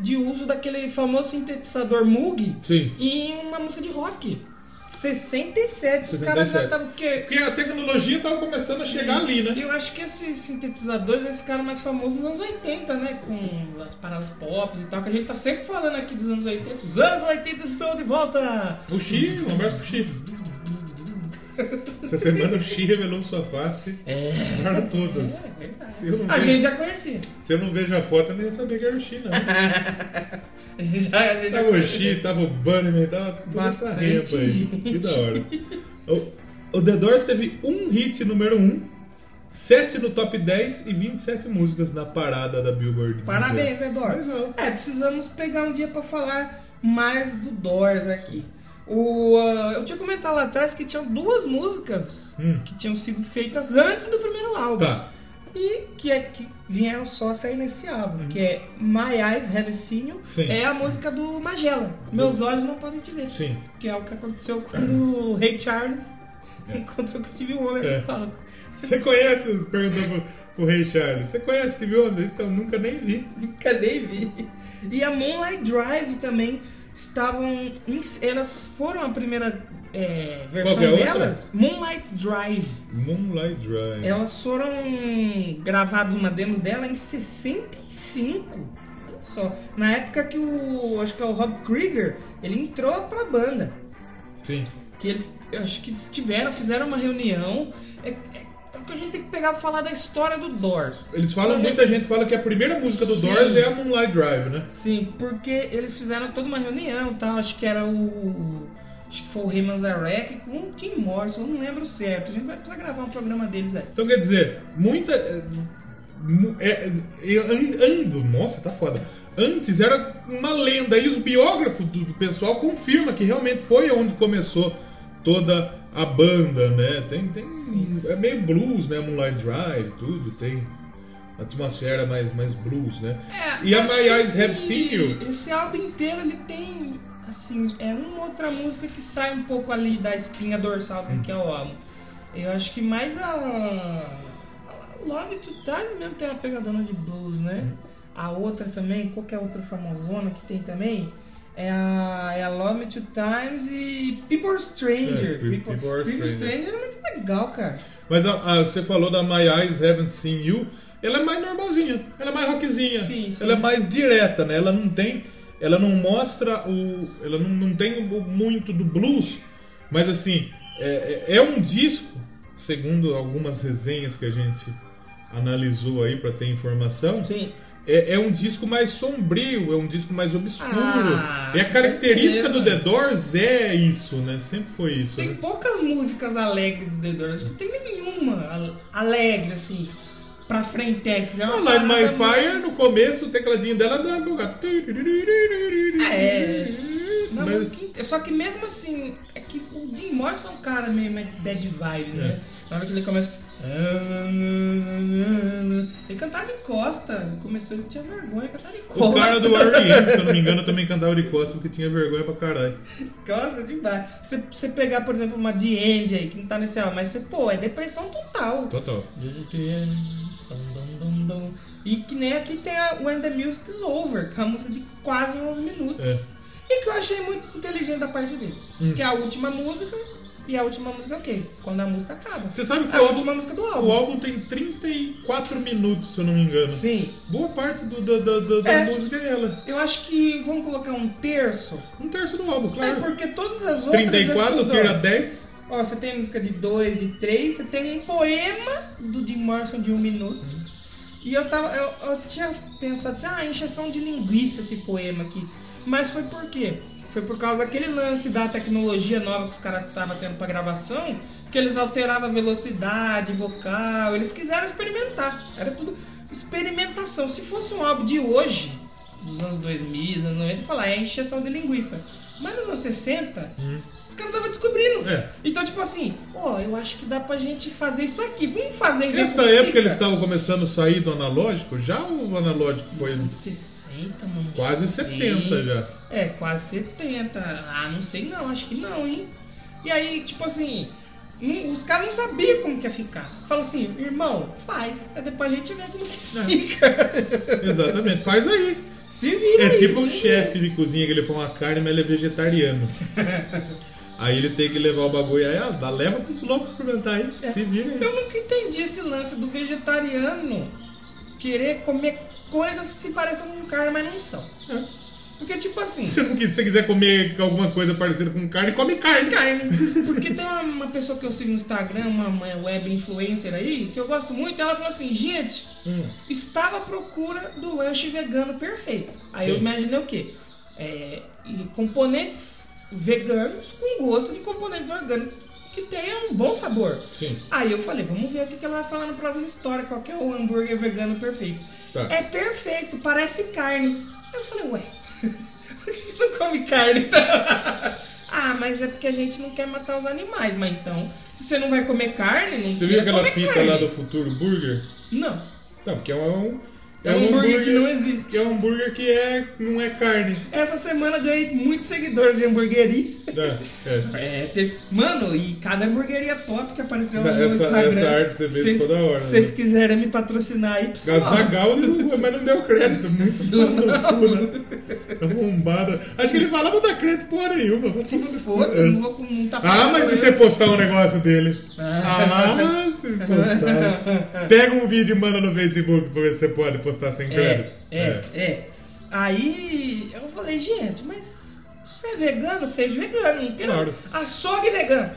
S1: de uso daquele famoso sintetizador Moog
S2: Sim.
S1: em uma música de rock. 67, os caras já
S2: 67.
S1: estavam. Porque...
S2: Porque a tecnologia tava começando a chegar ali, né?
S1: Eu acho que esses sintetizadores, eles ficaram mais famosos nos anos 80, né? Com as paradas pop e tal, que a gente tá sempre falando aqui dos anos 80. Os anos 80 estão de volta!
S2: O Xi, um abraço pro Xi. Essa semana o Xi revelou sua face
S1: É,
S2: para todos.
S1: é verdade.
S2: Se eu, não
S1: A
S2: vejo,
S1: gente já conhecia.
S2: se eu não vejo a foto, eu nem ia saber que era o Xi, não.
S1: A gente já, a gente já
S2: Tava o Xi, tava o Bunnyman, tava toda essa
S1: Bastante
S2: rempa aí. Que da hora. O, o The Doors teve um hit número 1, um, 7 no top 10 e 27 músicas na parada da Billboard.
S1: Parabéns, né,
S2: né,
S1: Doors? É, precisamos pegar um dia pra falar mais do Doors aqui. O, ah, eu tinha comentado lá atrás que tinham duas músicas
S2: Hum.
S1: que tinham sido feitas antes do primeiro álbum.
S2: Tá.
S1: E que, é, que vieram só sair nesse álbum, que é My Eyes Have Seen You,
S2: Sim.
S1: é a música do Magela, Meus Olhos Não Podem Te Ver,
S2: Sim.
S1: que é o que aconteceu quando o Ray Charles encontrou com o Steve Wonder
S2: É.
S1: no palco.
S2: Você conhece? Perguntou pro, pro Rei Charles. Você conhece Steve Wonder? Então nunca nem vi.
S1: Nunca nem vi. E a Moonlight Drive também estavam. em- Elas foram a primeira é, versão
S2: que é a outra?
S1: delas. Moonlight Drive.
S2: Moonlight Drive.
S1: Elas foram gravadas uma demo dela em 65. Olha só. Na época que o. Acho que é o Rob Krieger, ele entrou pra banda. um
S2: Sim.
S1: Que eles. Eu acho que eles tiveram, fizeram uma reunião. É, é, é o que a gente tem que pegar pra falar da história do Doors.
S2: Eles falam, muita gente fala que a primeira música do Doors é a Moonlight Drive, né?
S1: Sim, porque eles fizeram toda uma reunião e tal, acho que era o. Acho que foi o Rei Manzarek com o Tim Morrison, não lembro certo. A gente vai precisar gravar um programa deles aí.
S2: Então quer dizer, muita. é, mu- é, é, an- ando, nossa, tá foda. Antes era uma lenda, e os biógrafos do, do pessoal confirmam que realmente foi onde começou toda a banda, né? Tem, tem, é meio blues, né? Moonlight Drive, tudo, tem atmosfera mais, mais blues, né? E a
S1: É, acho
S2: My
S1: que
S2: Eyes
S1: esse-
S2: Have Seen You?
S1: Esse álbum inteiro ele tem, assim, é uma outra música que sai um pouco ali da espinha dorsal do que é
S2: Hum.
S1: o álbum. Eu acho que mais a. a Love to Time mesmo tem uma pegadona de blues,
S2: Hum.
S1: né? A outra também, qual que é a outra famosona que tem também? É a, é a Love Me Two Times e People Are Stranger.
S2: É, Pe- People Are
S1: People
S2: Stranger.
S1: Stranger é muito legal, cara.
S2: Mas a- a- você falou da My Eyes Haven't Seen You. Ela é mais normalzinha, ela é mais rockzinha,
S1: Sim, sim.
S2: ela é mais direta, né? Ela não tem, ela não mostra o, ela não, não tem o- muito do blues, mas assim é, é- é um disco, segundo algumas resenhas que a gente analisou aí pra ter informação,
S1: Sim.
S2: é, é um disco mais sombrio, é um disco mais obscuro.
S1: Ah,
S2: e a característica
S1: certeza.
S2: do The Doors é isso, né? Sempre foi isso.
S1: Tem
S2: né?
S1: poucas músicas alegres do The Doors, não tem nenhuma al- alegre, assim, pra frentex. É
S2: A
S1: uma
S2: Light Ah, My
S1: parada
S2: Fire, no começo, o tecladinho dela dá uma bugada.
S1: É. Não, mas
S2: Mas,
S1: que- Só que mesmo assim, é que o Jim Morrison é um cara meio meio bad vibes, né?
S2: É.
S1: Na hora que ele começa. Ele cantava de costa. Começou, ele tinha vergonha de cantar de
S2: o
S1: costa.
S2: cara do Army Hammer, se eu não me engano, também cantava de costas porque tinha vergonha pra caralho.
S1: Costa demais. Você, você pegar, por exemplo, uma The End aí, que não tá nesse álbum, mas você, pô, é depressão total.
S2: Total.
S1: E que nem aqui tem a When the Music is Over, que é uma música de quase 11 minutos. E que eu achei muito inteligente da parte deles.
S2: É. Hum.
S1: Que é a última música, e a última música é o quê? Quando a música acaba.
S2: Você sabe que
S1: A
S2: o álbum,
S1: última música do
S2: o
S1: álbum.
S2: álbum tem 34 minutos, se eu não me engano.
S1: Sim.
S2: Boa parte do, da, da- da- da
S1: É.
S2: música é ela.
S1: Eu acho que vamos colocar um terço.
S2: Um terço do álbum,
S1: É
S2: claro.
S1: porque todas as outras. é
S2: 34,
S1: tudo,
S2: tira
S1: ó.
S2: 10.
S1: Ó, você tem música de 2, de 3, você tem um poema do Jim Morrison de um minuto. E eu tava. Eu, eu tinha pensado assim, ah, encheção de linguiça esse poema aqui. Mas foi por quê? Foi por causa daquele lance da tecnologia nova que os caras estavam tendo pra gravação, que eles alteravam a velocidade vocal, eles quiseram experimentar. Era tudo experimentação. Se fosse um álbum de hoje, dos anos 2000, anos 90, falar, é encheção de linguiça. Mas nos anos 60,
S2: Hum.
S1: os caras estavam descobrindo.
S2: É.
S1: Então, tipo assim, ó, eu acho que dá pra gente fazer isso aqui. Vamos fazer em
S2: Nessa
S1: Jacuípe,
S2: época eles
S1: cara.
S2: estavam começando a sair do analógico, já o analógico foi
S1: São 60, mano.
S2: quase
S1: Sim.
S2: 70 já.
S1: É, quase 70. Ah, não sei não, acho que não, hein? E aí, tipo assim, não- os caras não sabiam como que ia ficar. Fala assim, irmão, faz, aí depois a gente vê como que fica.
S2: Exatamente, faz aí.
S1: Se vira
S2: É
S1: aí, né?
S2: tipo o
S1: vamos ver.
S2: chefe de cozinha que ele põe uma carne, mas ele é vegetariano. Aí ele tem que levar o bagulho aí, ah, dá- leva pros loucos experimentar aí,
S1: É.
S2: se vira aí. Então,
S1: Eu nunca entendi esse lance do vegetariano querer comer coisas que se parecem com carne, mas não são.
S2: É.
S1: Porque, tipo assim.
S2: Se você não quis- se você quiser comer alguma coisa parecida com carne, come carne.
S1: carne. Porque tem uma, uma pessoa que eu sigo no Instagram, uma, uma web influencer aí, que eu gosto muito, ela falou assim, gente, estava à procura do lanche vegano perfeito. Aí eu
S2: Sim.
S1: imaginei o quê? É, e componentes veganos com gosto de componentes orgânicos que tenha um bom sabor.
S2: Sim,
S1: Aí eu falei, vamos ver o que que ela vai falar na próxima história, qual que é o hambúrguer vegano perfeito.
S2: tá.
S1: É perfeito, parece carne. Eu falei, ué, por que não come carne então? ah, mas é porque a gente não quer matar os animais, mas então, se você não vai comer carne, não
S2: Você viu
S1: quer
S2: aquela
S1: comer
S2: fita
S1: carne.
S2: lá do Futuro Burger?
S1: Não,
S2: Tá, porque é um.
S1: é um hambúrguer que não existe.
S2: que é um hambúrguer que é, não é carne.
S1: Essa semana eu ganhei muitos seguidores de hamburgueria.
S2: Tá, é.
S1: É, teve- Mano, e cada hamburgueria top que apareceu no meu
S2: Essa-
S1: Instagram.
S2: essa arte você fez
S1: Cês-
S2: ficou da hora,
S1: Se vocês
S2: né?
S1: quiserem me patrocinar aí, pessoal.
S2: Gazagal, não- mas não deu crédito. Muito
S1: Não,
S2: loucura. Arrombada. né? Tá Acho que ele fala, não dá crédito porra nenhuma. Vai
S1: Se
S2: tomar no cu.
S1: foda, não vou com não tá
S2: É. Ah, mas e você postar um negócio dele?
S1: Ah.
S2: Ah, se postar. Pega um vídeo e manda no Facebook pra ver se você pode postar sem
S1: É,
S2: crédito.
S1: é, é. Aí eu falei, gente, mas você é vegano, seja vegano, não tem
S2: Claro.
S1: nada. Açougue vegano.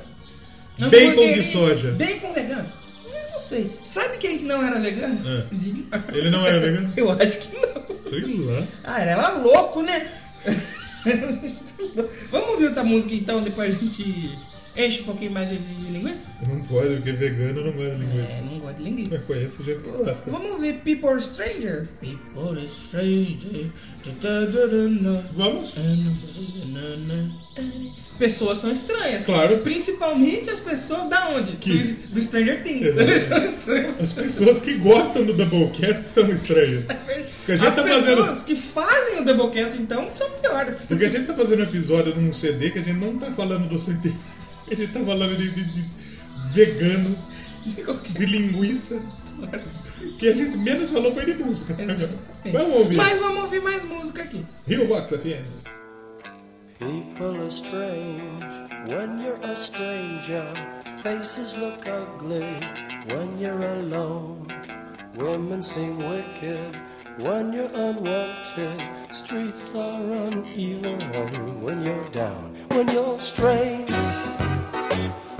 S2: Bacon
S1: Hamburgueria,
S2: de soja.
S1: Bacon vegano. Eu não sei. Sabe quem que não era vegano?
S2: É.
S1: Dilma.
S2: Ele não era vegano?
S1: Eu acho que não.
S2: Sei lá.
S1: Ah, era ela louco, né? Vamos ouvir outra música então, depois a gente enche um pouquinho mais de linguiça?
S2: Não pode, porque vegano não gosta de linguiça.
S1: É, não gosto de linguiça.
S2: Mas conhece o jeito que gosta.
S1: Vamos ouvir People Stranger? People Stranger.
S2: Vamos?
S1: Pessoas são estranhas.
S2: Claro.
S1: Principalmente as pessoas da onde?
S2: Que? Uhum.
S1: Do, do Stranger Things.
S2: Exato.
S1: Eles são estranhos.
S2: As pessoas que gostam do Doublecast são estranhas. Porque a gente
S1: As
S2: tá
S1: pessoas
S2: fazendo.
S1: que fazem o Doublecast, então, são piores.
S2: Porque a gente tá fazendo um episódio num CD que a gente não tá falando do CD. A gente tá falando de, de- de vegano,
S1: De qualquer
S2: de linguiça.
S1: maneira.
S2: Que a gente menos falou foi de música.
S1: Exatamente.
S2: Vamos ouvir.
S1: Mas vamos ouvir mais música aqui.
S2: Rio Vox FM.
S6: People are strange when you're a stranger. Faces look ugly when you're alone. Women seem wicked when you're unwanted. Streets are uneven when you're down. When you're strange,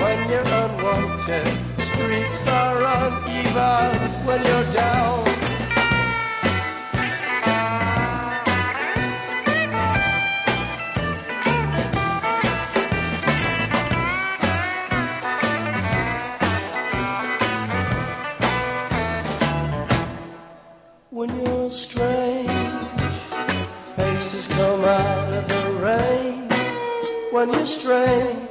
S6: when you're unwanted. Streets are uneven when you're down. When you're strange, faces come out of the rain. When you're strange,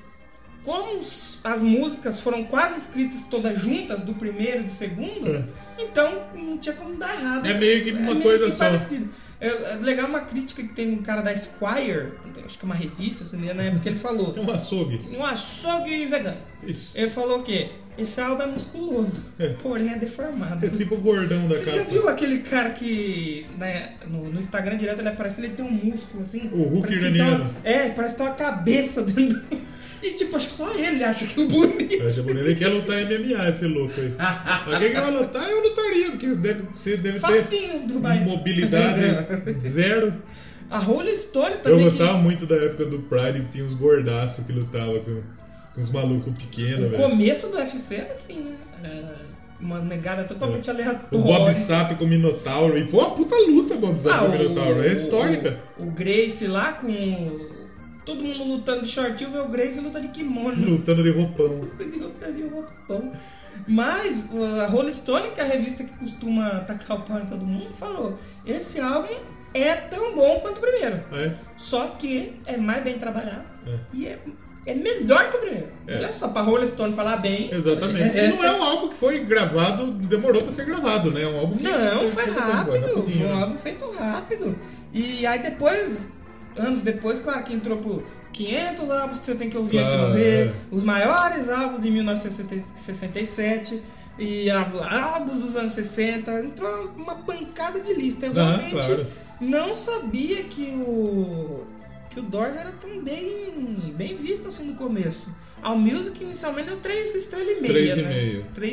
S1: como os- as músicas foram quase escritas todas juntas, do primeiro e do segundo, então não tinha como dar errado.
S2: É meio que uma coisa só.
S1: parecido. É, é legal uma crítica que tem um cara da Squire, acho que é uma revista, se não me engano, na época ele falou:
S2: Um açougue.
S1: um açougue vegano.
S2: Isso.
S1: Ele falou o quê? Esse álbum é musculoso,
S2: É.
S1: porém é deformado.
S2: É tipo o gordão da
S1: Você já
S2: capa.
S1: viu aquele cara que né, no, no Instagram direto ele aparece, ele tem um músculo assim?
S2: O Hulk
S1: parece que
S2: iraniano.
S1: tem uma- é, parece que tem uma cabeça dentro. do- E tipo, acho que só ele acha que é bonito.
S2: Acha bonito. Ele quer lutar MMA, esse louco aí. Alguém que vai lutar, eu lutaria, porque deve, ser, deve ter
S1: Facinho do Bahia.
S2: mobilidade zero.
S1: A Rolling Stone também.
S2: Eu
S1: que-
S2: gostava muito da época do Pride, que tinha uns gordaços que lutavam com, com uns malucos pequenos,
S1: O
S2: velho.
S1: começo do UFC era assim, né? Era uma negada totalmente aleatória.
S2: É. O Bob Sap com o Minotauro. E foi uma puta luta Bob Sap
S1: Ah,
S2: com o Minotauro. É histórica.
S1: O, o Grace lá com. o- Todo mundo lutando de shortinho, vê o Grace luta de kimono.
S2: Lutando de roupão.
S1: luta de roupão. Mas uh, a Rolling Stone, que é a revista que costuma atacar o pau em todo mundo, falou: esse álbum é tão bom quanto o primeiro.
S2: É.
S1: Só que é mais bem trabalhado
S2: É.
S1: e é, é melhor que o primeiro.
S2: É.
S1: Olha só, pra Rolling Stone falar bem.
S2: Exatamente. E não é um álbum que foi gravado, demorou pra ser gravado, né? É um álbum que.
S1: Não, foi
S2: Foi
S1: rápido. Foi
S2: rapidinho,
S1: um
S2: né?
S1: álbum feito rápido. E aí depois, anos depois, claro que entrou por 500 álbuns que você tem que ouvir antes de
S2: Claro,
S1: morrer.
S2: é.
S1: Os maiores álbuns de 1967 e á- álbuns dos anos 60. Entrou uma pancada de lista. Eu
S2: Ah,
S1: realmente
S2: claro.
S1: não sabia que o... Que o Doors era tão bem, bem visto assim no começo. Ao Music inicialmente deu 3 estrelas e meia.
S2: Três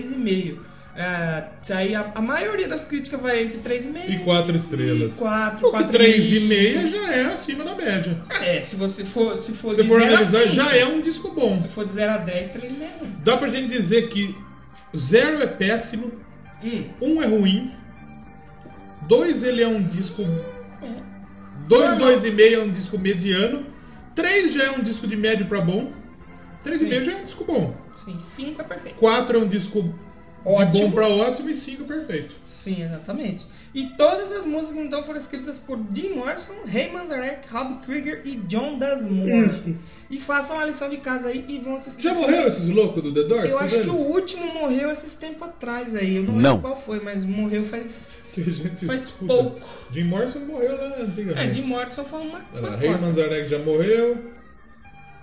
S2: e
S1: né?
S2: meio.
S1: 3,5. É, aí a, a maioria das críticas vai entre 3,5
S2: E quatro estrelas.
S1: E 4,
S2: Porque
S1: 4
S2: 3,5 já é acima da média.
S1: É, se você for, se for
S2: Se
S1: de
S2: for
S1: zero a
S2: analisar,
S1: cinco.
S2: já é um disco bom.
S1: Se for de 0 a 10, 3,5.
S2: Dá pra gente dizer que zero é péssimo,
S1: Hum,
S2: um é ruim, dois ele é um disco.
S1: é.
S2: Dois,
S1: Não,
S2: dois e meio é um disco mediano, três já é um disco de médio pra bom, três e
S1: Sim.
S2: meio já é um disco bom,
S1: Sim, 5 é perfeito.
S2: quatro é um disco de
S1: Ótimo.
S2: bom pra ótimo e cinco é perfeito.
S1: Sim, exatamente. E todas as músicas então foram escritas por Dean Morrison, Ray Manzarek, Rob Krieger e John Dasmore. E façam a lição de casa aí e vão assistir.
S2: Hum. Já morreu esses loucos do The Doors?
S1: Eu
S2: Tá
S1: acho que
S2: vendo?
S1: o último morreu esses tempos atrás aí. Eu não,
S4: Não.
S1: lembro qual foi, mas morreu faz,
S2: que a gente
S1: faz
S2: escuta.
S1: pouco.
S2: Jim Morrison morreu lá
S1: É,
S2: antigamente.
S1: de morte só foi uma,
S2: Olha lá,
S1: uma
S2: Ray
S1: cota.
S2: Manzarek já morreu,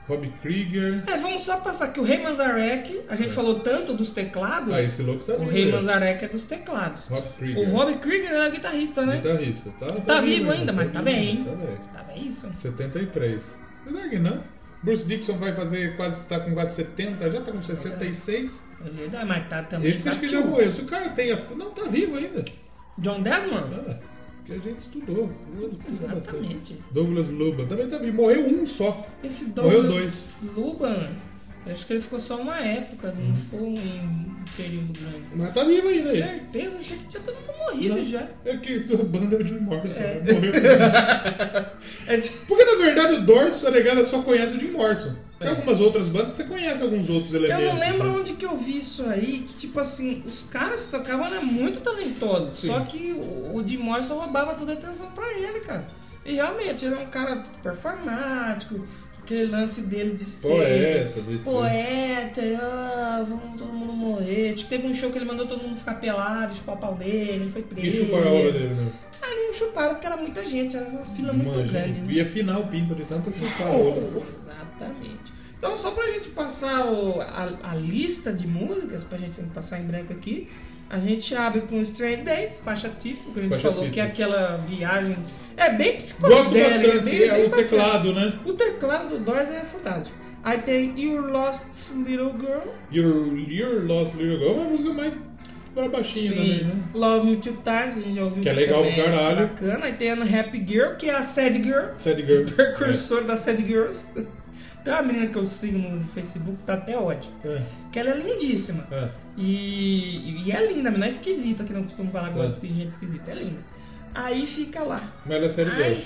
S2: Rob Krieger.
S1: É, vamos só passar que o Rei Manzarek, a
S2: É.
S1: gente falou tanto dos teclados.
S2: Ah, esse louco tá
S1: o
S2: vivo,
S1: Rei
S2: né?
S1: Manzarek é dos teclados.
S2: Rob
S1: O
S2: Krieger.
S1: Rob Krieger era guitarrista, né?
S2: Guitarrista, tá?
S1: Tá vivo ainda, mas tá bem.
S2: Tá bem.
S1: Tava isso.
S2: 73. Apesar que não. Bruce Dixon vai fazer quase, tá com quase 70, já tá com 66.
S1: Mas ele- ah, Mas tá também.
S2: Esse acho que já
S1: partiu.
S2: morreu. Se o cara tem a. Não, tá vivo ainda.
S1: John Desmond?
S2: Ah, que é a gente estudou. Eu estudei bastante.
S1: Exatamente.
S2: Douglas Luba também tá vivo. Morreu um só.
S1: Esse
S2: Morreu
S1: Douglas Luban, eu acho que ele ficou só uma época,
S2: Hum.
S1: não ficou um período grande.
S2: Mas tá vivo ainda aí.
S1: Certeza, eu achei que tinha todo mundo morrido
S2: Não.
S1: já.
S2: É que a banda é de Morrison,
S1: É.
S2: né? Morreu.
S1: É, tipo,
S2: Porque na verdade o Dorso, a negada só conhece o Jim Morrison. Tem algumas outras bandas, você conhece alguns outros
S1: É. Eu
S2: elementos.
S1: não lembro
S2: né?
S1: onde que eu vi isso aí, que tipo assim, os caras que tocavam eram muito talentosos,
S2: Sim.
S1: só que o, o Jim Morrison roubava toda a atenção pra ele, cara. E realmente, ele é um cara super fanático, aquele lance dele de ser...
S2: Poeta, de-
S1: Poeta, ah, vamos todo mundo morrer. Tipo, teve um show que ele mandou todo mundo ficar pelado, chupar o pau dele, ele foi preso.
S2: E chupar a aula dele, né?
S1: Ah, não chuparam porque era muita gente, era uma fila muito
S2: Mano,
S1: grande. né?
S2: E afinar o pinto de tanto chupar a aula.
S1: Exatamente. Então, só pra gente passar o- a, a lista de músicas, pra gente não passar em branco aqui, a gente abre com Strange Days, faixa típica, que a gente
S2: Faixa
S1: falou
S2: típica.
S1: que é aquela viagem. É bem
S2: Gosto
S1: psicodélica. é
S2: bastante,
S1: bem-
S2: é,
S1: bem
S2: o
S1: bacana.
S2: teclado, né?
S1: O teclado do Doors é fantástico. Aí tem You Lost Little Girl,
S2: Your, your Lost Little Girl é uma música mais mais baixinha
S1: Sim,
S2: também, né?
S1: Love Me Two Times, a gente já ouviu.
S2: Que é legal
S1: também,
S2: pro caralho.
S1: Bacana. Aí tem a Happy Girl, que é a Sad Girl,
S2: Sad Girl.
S1: precursor
S2: É.
S1: da Sad Girls. Tem uma menina que eu sigo no Facebook, tá até ódio.
S2: É, é,
S1: Que ela é lindíssima.
S2: é.
S1: E, e é linda, mas não é esquisita, que não costumo falar agora
S2: É.
S1: de gente esquisita, é linda. Aí fica lá.
S2: Mas ela é Sad
S1: Ai,
S2: Girl.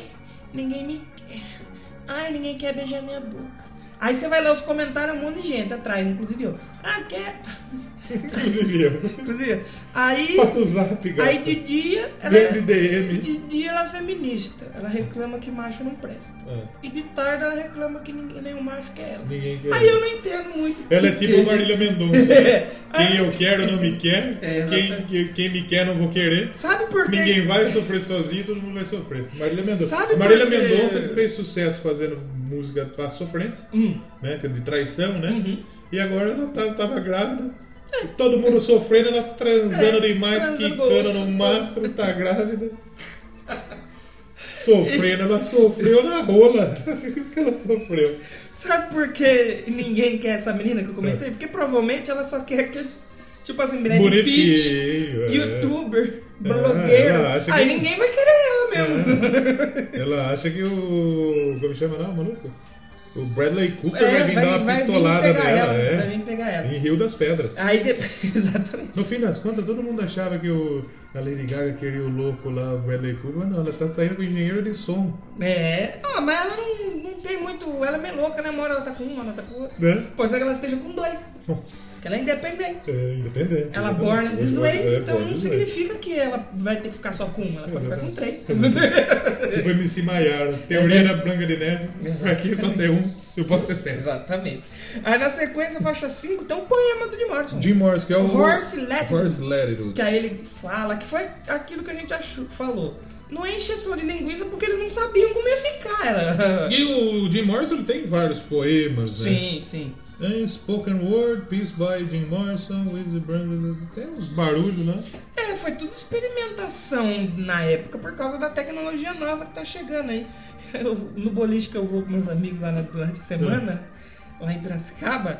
S1: ninguém me quer. Ai, ninguém quer beijar minha boca. Aí você vai ler os comentários, um monte de gente atrás, inclusive eu. Ah, quer.
S2: Inclusive eu.
S1: Inclusive. Aí,
S2: Faça o zap, cara.
S1: aí de dia.
S2: Grande
S1: Ela, é
S2: DM.
S1: de dia ela é feminista. Ela reclama que macho não presta.
S2: É,
S1: E de tarde ela reclama que ninguém, nenhum macho quer ela.
S2: ninguém quer.
S1: Aí eu não entendo muito.
S2: Ela é tipo o Marília Mendonça. né?
S1: É.
S2: Quem
S1: Aí-
S2: eu quero não me quer.
S1: É,
S2: quem,
S1: exatamente.
S2: que- quem me quer não vou querer.
S1: Sabe por quê?
S2: Ninguém vai sofrer sozinho, todo mundo vai sofrer. Marília Mendonça.
S1: Sabe por
S2: Marília
S1: quê?
S2: Mendonça que fez sucesso fazendo música pra sofrência,
S1: Hum.
S2: né? que é De traição, né?
S1: Uhum.
S2: E agora ela tava, tava grávida. Todo mundo sofrendo, ela transando
S1: É,
S2: demais,
S1: transando
S2: quicando
S1: osso.
S2: no mastro, tá grávida. Sofrendo, ela sofreu na rola. Isso que ela sofreu.
S1: Sabe por que ninguém quer essa menina que eu comentei? Porque provavelmente ela só quer aqueles. Tipo assim, Brad Pitt,
S2: Bonitinho. é.
S1: youtuber,
S2: É,
S1: blogueiro.
S2: ela acha
S1: Aí
S2: que- É.
S1: ninguém vai querer ela mesmo.
S2: Ela acha que o. Como chama lá, o maluco? O Bradley Cooper vai vir dar uma
S1: É, vir
S2: pistolada
S1: pegar ela,
S2: nela,
S1: vai
S2: é.
S1: vir pegar ela.
S2: Em Rio das Pedras.
S1: Aí depois. Exatamente.
S2: No fim das contas, todo mundo achava que o, a Lady Gaga queria o louco lá, o Bradley Cooper, mas não, ela tá saindo com o engenheiro de som,
S1: É. Ah, mas ela não, não tem muito. Ela é meio louca, né? Uma hora ela tá com uma, ela tá com outra.
S2: né?
S1: Pode ser que ela esteja com dois.
S2: Nossa.
S1: Que ela é independente.
S2: É, independente.
S1: Ela
S2: exatamente.
S1: borna this
S2: É,
S1: way,
S2: é,
S1: então
S2: born
S1: não
S2: this way.
S1: significa que ela vai ter que ficar só com uma, ela pode ficar com três.
S2: Tipo MC Maiara,
S1: É.
S2: teoria da Branca de Neve.
S1: Exatamente.
S2: Aqui só tem um, eu posso ter certo.
S1: Exatamente. Aí na sequência, faixa 5, tem um poema do Jim Morrison.
S2: Jim Morris, que é o.
S1: Horse Latitude.
S2: Horse Latitude.
S1: Que aí ele fala que foi aquilo que a gente achou, falou. Não é encheção de linguiça porque eles não sabiam como ia ficar. Ela...
S2: E o Jim Morrison ele tem vários poemas, né?
S1: Sim, sim.
S2: Tem Spoken Word, Peace by Jim Morrison, with the Brand. Tem uns barulhos, né?
S1: É, foi tudo experimentação na época por causa da tecnologia nova que tá chegando aí. Eu- no boliche que eu vou com meus amigos lá na- durante a semana,
S2: É.
S1: lá em Piracicaba,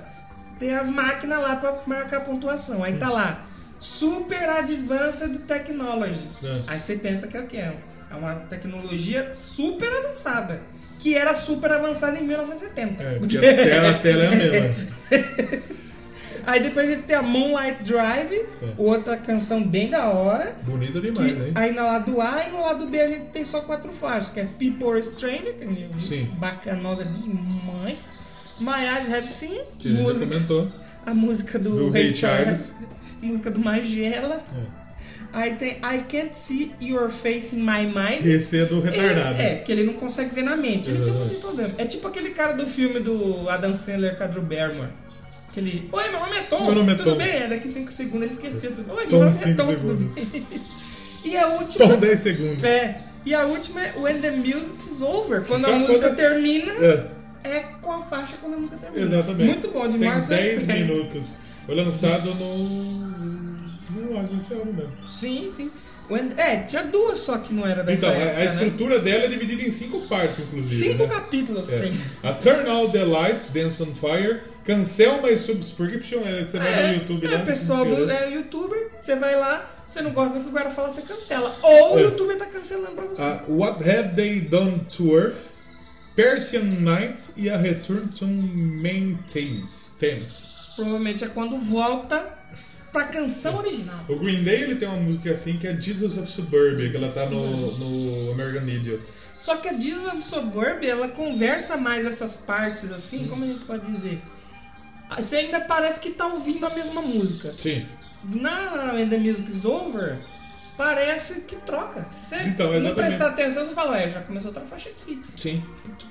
S1: tem as máquinas lá pra marcar a pontuação. Aí tá lá, Super Advanced Technology.
S2: É.
S1: Aí você pensa que é o que é? É uma tecnologia super avançada, que era super avançada em 1970.
S2: É, porque a tela, a tela é a mesma.
S1: Aí depois a gente tem a Moonlight Drive,
S2: É.
S1: outra canção bem da hora.
S2: Bonita
S1: Que
S2: demais, hein?
S1: aí no lado A e no lado B a gente tem só quatro faixas, que é People Are Stranger, que é
S2: Sim.
S1: bacanosa demais. My Eyes Have Seen,
S2: Que a gente já
S1: música,
S2: comentou.
S1: a música do,
S2: Do Ray Charles.
S1: música do Magela.
S2: É.
S1: Aí tem I Can't See Your Face in My Mind.
S2: Esse é do retardado.
S1: Esse é, que ele não consegue ver na mente. Ele tem um
S2: Exatamente.
S1: monte de problema. É tipo aquele cara do filme do Adam Sandler com a Drew Barrymore. Aquele, oi, meu nome é Tom.
S2: Meu nome é
S1: tudo
S2: Tom."
S1: bem? É, daqui 5 segundos ele esqueceu. tudo. Oi,
S2: Tom,
S1: meu nome é
S2: cinco
S1: Tom.
S2: segundos.
S1: Tudo bem? E a última
S2: Tom 10 segundos.
S1: é. E a última é When the Music's Over. Quando a
S2: Então, Quando-
S1: música termina,
S2: É,
S1: é com a faixa quando a música termina.
S2: exatamente.
S1: Muito bom, né? de
S2: Tem
S1: março a
S2: 10
S1: fevereiro.
S2: minutos. Foi lançado no. No agencial né? mesmo.
S1: Sim, sim. When- É, tinha duas só que não era dessa
S2: Então, a,
S1: época,
S2: a
S1: né?
S2: estrutura dela é dividida em cinco partes, inclusive.
S1: Cinco
S2: né?
S1: capítulos
S2: É.
S1: tem.
S2: A Turn Out the Lights, Dance on Fire, Cancel My Subscription, é, você vai no YouTube
S1: é,
S2: lá.
S1: pessoal do é, youtuber, você vai lá, você não gosta do que o cara fala, você cancela. Ou o
S2: É. Ah.
S1: youtuber tá cancelando pra você.
S2: A Uh, What Have They Done to Earth, Persian Nights e a Return to Main Thames. Thames.
S1: Provavelmente é quando volta pra canção original.
S2: O Green Day ele tem uma música assim que é Jesus of Suburbia, que ela tá no,
S1: Uhum.
S2: no American Idiot.
S1: Só que a Disney Suburbia, ela conversa mais essas partes assim,
S2: Hum.
S1: como a gente pode dizer? Ah, Você ainda parece que tá ouvindo a mesma música.
S2: Sim.
S1: Na When the Music's Over, parece que troca. Se você
S2: Então,
S1: não
S2: exatamente.
S1: prestar atenção, você fala, é, já começou outra faixa aqui.
S2: Sim.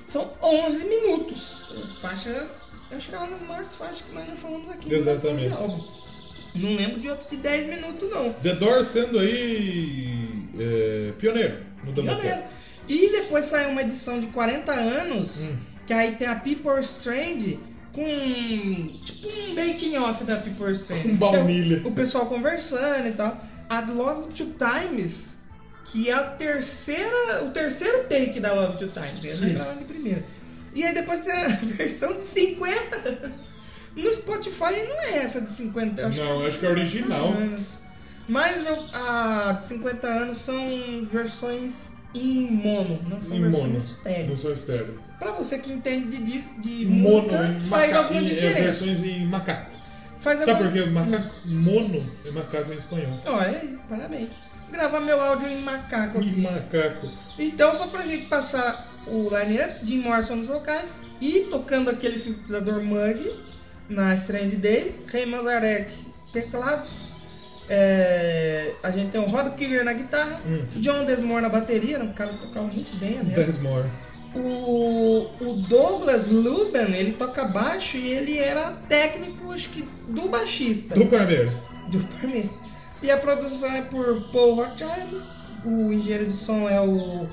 S1: São 11 minutos. Faixa, eu acho que é uma das maiores faixas que nós já falamos aqui.
S2: Exatamente.
S1: no álbum. Não lembro de outro de 10 minutos, não.
S2: The Doors sendo aí é, pioneiro no Domocat.
S1: Beleza. E depois saiu uma edição de 40 anos,
S2: Hum.
S1: que aí tem a People Strange com tipo um making off da People Strange.
S2: Com Um baunilha.
S1: O pessoal conversando e tal. A Love Two Times, que é a terceira, o terceiro take da Love Two Times. Eles
S2: Sim.
S1: gravaram de primeira. E aí depois tem a versão de 50. No Spotify não é essa de 50. eu
S2: Não,
S1: é
S2: acho que é a original.
S1: 50 anos. Mas eu, a de 50 anos são versões em mono, não são
S2: Em
S1: versões
S2: mono.
S1: estéreo.
S2: Não sou estéreo.
S1: Pra você que entende de, dis- de
S2: Mono
S1: música,
S2: em
S1: faz
S2: maca-
S1: alguma
S2: em- é,
S1: diferença.
S2: versões em macaco.
S1: Faz
S2: Sabe
S1: alguma-
S2: por quê? Macaco, mono é macaco em espanhol.
S1: Ó, é, parabéns. Gravar meu áudio em macaco
S2: E
S1: aqui.
S2: macaco.
S1: Então, só pra gente passar o line-up, Jim Morrison nos vocais e tocando aquele sintetizador Mug na Strange Days, Ray Manzarek teclados, é, a gente tem o Rob Krieger na guitarra,
S2: Hum.
S1: John Desmore na bateria, era um cara que tocava muito bem, né?
S2: Desmore.
S1: O, o Douglas Luban, ele toca baixo e ele era técnico, acho que, do baixista.
S2: Do Carneiro.
S1: Do Parmeiro. E a produção é por Paul Rothschild, o engenheiro de som é o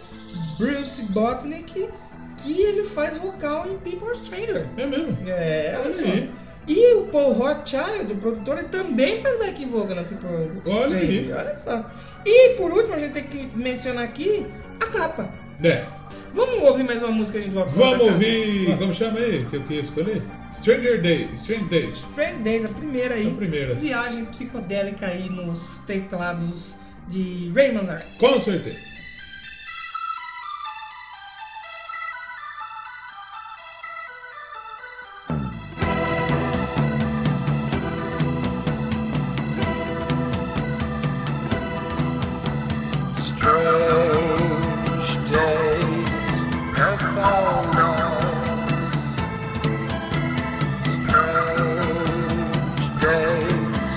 S1: Bruce Botnick, que ele faz vocal em People Stranger.
S2: É mesmo.
S1: É, olha
S2: Olha
S1: só.
S2: aí.
S1: E o Paul Rothschild, o produtor, ele também faz back vocal na People
S2: Olha aí.
S1: Stranger. Olha só. E por último, a gente tem que mencionar aqui a capa.
S2: É.
S1: Vamos ouvir mais uma música e a gente volta. pra
S2: Vamos
S1: capa.
S2: ouvir.
S1: Vamos.
S2: Como chama aí? Que eu queria escolher? Stranger Days. Stranger Days.
S1: Friend Days, a primeira aí.
S2: É A primeira.
S1: Viagem psicodélica aí nos teclados de Ray Manzarek.
S2: Com certeza.
S6: Strange days have found us. Strange days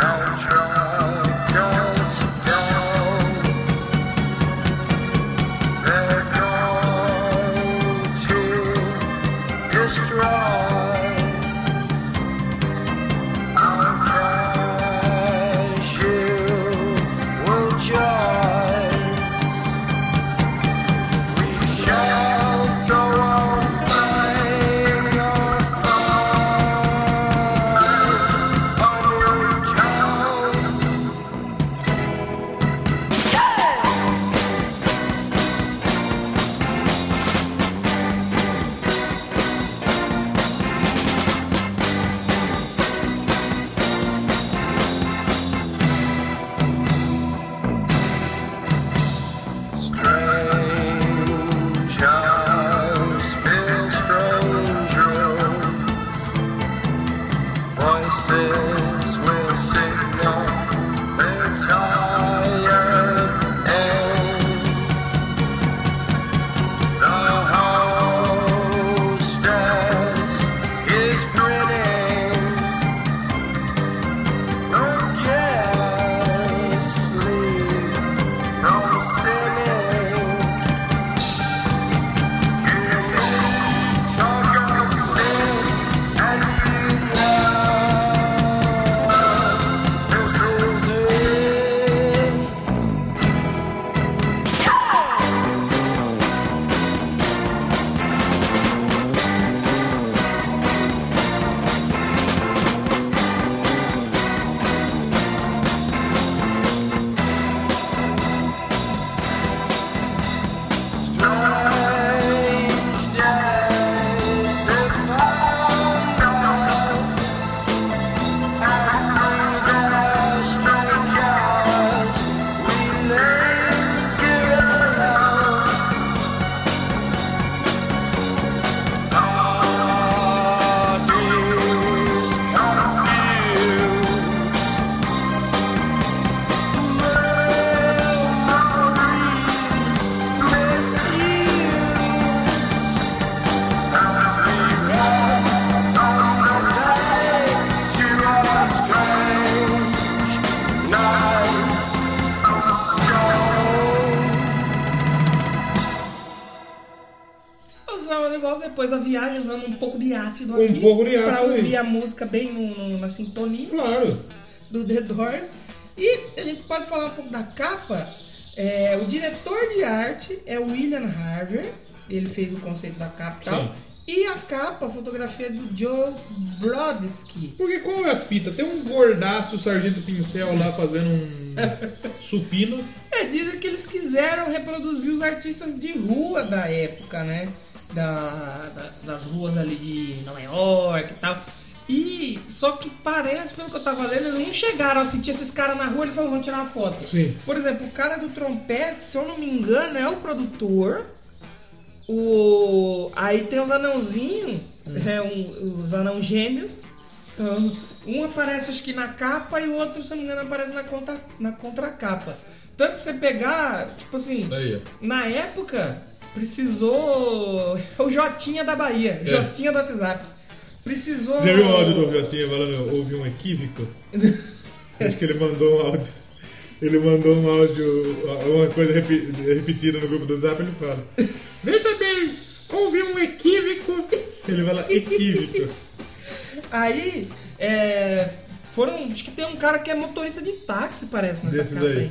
S6: have dragged us down. They're going to destroy our casual joys. We shall go on playing our fight, a new town. Strangers feel strangers. Voices will signal their tired end. The hostess is grinning. The guests leave from sinning. You talk of sin, and you know this is it. Strange days have found us, and we're strangers. We linger alone. Bodies confused,
S1: Nós estamos de volta depois da viagem usando um pouco de ácido
S2: Um
S1: aqui.
S2: pouco de ácido
S1: Pra ouvir
S2: aí.
S1: a música bem no- no- na sintonia
S2: Claro.
S1: do The Doors. E a gente pode falar um pouco da capa. É, o diretor de arte é o William Harver. Ele fez o conceito da capa e
S2: Sim.
S1: tal. E a capa, a fotografia é do Joe Brodsky.
S2: Porque qual é a fita? Tem um gordaço sargento pincel lá fazendo um supino.
S1: É, dizem que eles quiseram reproduzir os artistas de rua da época, né? Da, da- das ruas ali de Nova York e tal. E Só que parece, pelo que eu tava lendo, eles não chegaram a sentir esses caras na rua e falaram, vamos tirar uma foto.
S2: Sim.
S1: Por exemplo, o cara do trompete, se eu não me engano, é o produtor. O... Aí tem os anãozinhos,
S2: Hum.
S1: é, um- os anão gêmeos. São- Um aparece acho que na capa e o outro, se eu não me engano, aparece na, contra... na contracapa. Tanto que você pegar, tipo assim,
S2: Aí, ó.
S1: na época, precisou. O Jotinha da Bahia, Jotinha do WhatsApp. Precisou.
S2: Você É. viu o áudio do Gatinha falando, houve um equívoco? Acho que ele mandou um áudio. Ele mandou um áudio, uma coisa repi- repetida no grupo do Zap, ele fala. Veja bem, houve um equívoco. Ele fala equívoco.
S1: Aí, é, foram. Acho que tem um cara que é motorista de táxi, parece, nessa
S2: Desses
S1: capa
S2: aí.
S1: aí.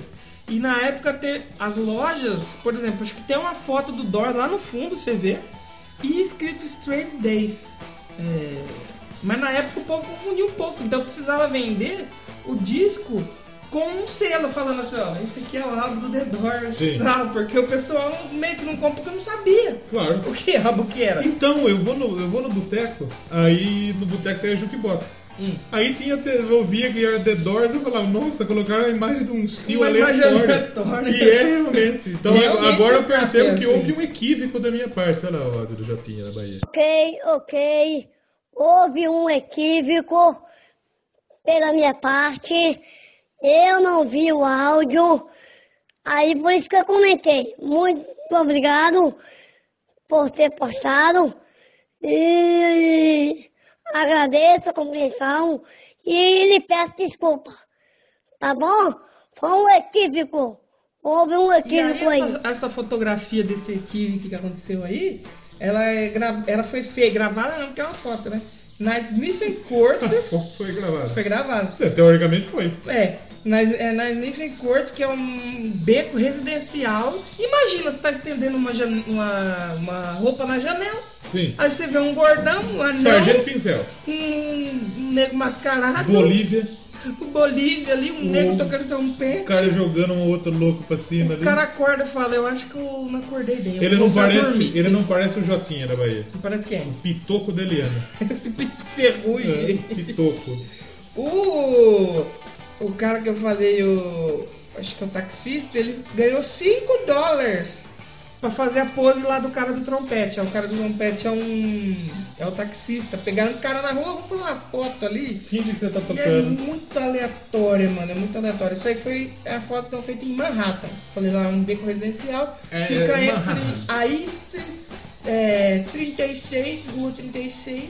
S1: E na época, ter as lojas, por exemplo, acho que tem uma foto do Doors lá no fundo, você vê, e escrito Straight Days. É, mas na época o povo confundiu um pouco, então precisava vender o disco com um selo falando assim: ó, esse aqui é o álbum do The Doors e
S2: Sim.
S1: tal, porque o pessoal meio que não compra porque não sabia
S2: Claro.
S1: o que álbum que era.
S2: Então, eu vou no, eu vou no boteco, aí no boteco tem a jukebox.
S1: Hum.
S2: Aí tinha, te- eu ouvia que era The Doors, eu falava, nossa, colocaram a imagem de um estilo
S1: Uma imagem
S2: aleatório.
S1: aleatória.
S2: E é realmente. Então
S1: Realmente
S2: agora eu
S1: é
S2: percebo que
S1: assim.
S2: houve um equívoco da minha parte. Olha lá o áudio do Jotinha na Bahia.
S5: Ok, ok. Houve um equívoco pela minha parte. Eu não vi o áudio. Aí por isso que eu comentei. Muito obrigado por ter postado. E agradeço a compreensão e lhe peço desculpa. Tá bom? Foi um equívoco. Houve um
S1: E aí,
S5: equívoco aí.
S1: essa, essa fotografia desse equívoco que aconteceu aí, ela, é gra- ela foi feia, gravada não, porque é uma foto, né? Na Sniffing Court
S2: Pouco foi gravado.
S1: foi gravada.
S2: É, teoricamente foi.
S1: É, na, é, na Sniffing Court, que é um beco residencial. Imagina, você tá estendendo uma, jan- uma, uma roupa na janela,
S2: Sim.
S1: aí você vê um gordão, um anão,
S2: Sargento Pincel.
S1: um, um nego mascarado,
S2: Bolívia.
S1: o Bolívia ali, um
S2: O-
S1: negro tocando trompete.
S2: O cara jogando um outro louco pra cima
S1: O
S2: ali.
S1: cara acorda e fala, eu acho que eu não acordei bem. eu
S2: Ele
S1: vou
S2: não
S1: voltar a
S2: parece,
S1: dormir."
S2: ele não parece o Jotinha da Bahia.
S1: Parece quem?
S2: O Pitoco da Eliana.
S1: Esse pito ferrugem.
S2: É, Pitoco.
S1: O, Uh, o cara que eu falei, o. Acho que é o taxista, ele ganhou 5 dólares pra fazer a pose lá do cara do trompete. Aí O cara do trompete é um. É o taxista. Pegaram o cara na rua, vamos fazer uma foto ali.
S2: Finge que você tá
S1: E é
S2: tocando.
S1: muito aleatório, mano. É muito aleatório. Isso aí foi é a foto que eu feita em Manhattan. Falei lá, um beco residencial.
S2: É,
S1: fica
S2: é, Manhattan.
S1: entre a East é, 36, Rua 36,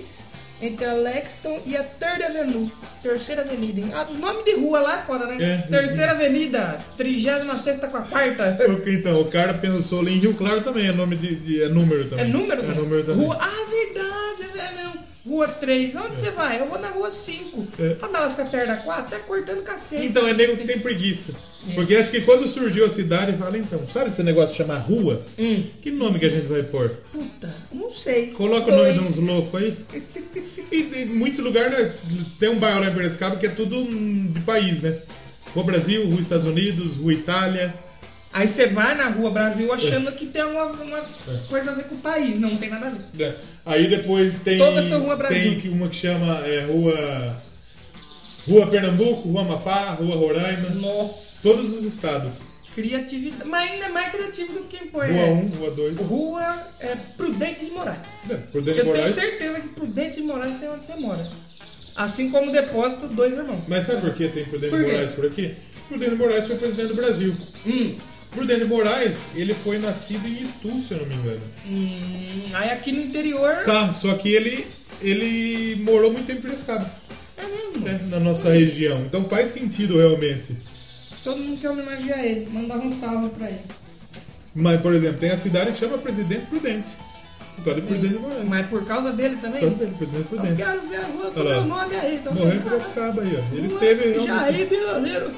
S1: entre a Lexington e a Third Avenue. Terceira Avenida, hein? Ah, o nome de rua lá é foda, né?
S2: É.
S1: Terceira Avenida, 36 com a quarta.
S2: Eu- Então, o cara pensou ali em Rio Claro também, é nome de. de- é número também.
S1: É número,
S2: É
S1: mas-
S2: número também.
S1: Rua... Ah, verdade, é mesmo. Rua 3, onde você vai? Eu vou na rua 5.
S2: É.
S1: Ah, mas ela fica perto da 4, tá cortando cacete.
S2: Então, é nego que tem preguiça.
S1: É.
S2: Porque acho que quando surgiu a cidade, fala então, sabe esse negócio de chamar rua?
S1: Hum.
S2: Que nome que a gente vai pôr?
S1: Puta, não sei.
S2: Coloca o
S1: Dois.
S2: nome de um uns loucos aí. E em muito lugar, né, tem um bairro lá em Piracicaba que é tudo hum, de país, né? Rua Brasil, Rua Estados Unidos, Rua Itália.
S1: Aí você vai na rua
S2: É.
S1: Brasil achando que tem alguma alguma coisa a ver com o país. Não, não tem nada a ver.
S2: né? Aí depois tem.
S1: Todas são Rua Brasil.
S2: Tem que- uma que chama é, Rua. Rua Pernambuco, Rua Amapá, Rua Roraima.
S1: Nossa.
S2: Todos os estados.
S1: Criatividade. Mas ainda é mais criativo do que foi.
S2: Rua
S1: é.
S2: 1, Rua 2.
S1: Rua é Prudente de Moraes.
S2: Por
S1: Eu
S2: Dani Moraes.
S1: tenho certeza que Prudente de Moraes tem onde você mora. Assim como o depósito dois irmãos.
S2: Mas sabe por que tem Prudente
S1: Por quê?
S2: Moraes por aqui? Prudente Moraes foi presidente do Brasil.
S1: Hum.
S2: Prudente Moraes, ele foi nascido em Itu, se eu não me engano.
S1: Hum, Aí aqui no interior.
S2: Tá, só que ele, ele morou muito em Piracicaba,
S1: É mesmo.
S2: né? Na nossa região. Então faz sentido realmente.
S1: Todo mundo quer homenagear ele. Mandar um salve pra ele.
S2: Mas, por exemplo, tem a cidade que chama Presidente Prudente. Por causa de Prudente Moraes.
S1: Mas por causa dele também?
S2: Por causa dele, Presidente
S1: Eu
S2: Prudente.
S1: quero ver a rua com
S2: Olha lá.
S1: meu nome aí. Então,
S2: Morreu em
S1: caralho.
S2: Piracicaba aí, ó. Ele
S1: Rua
S2: teve um realmente. Ah.
S1: Jair Bironeiro,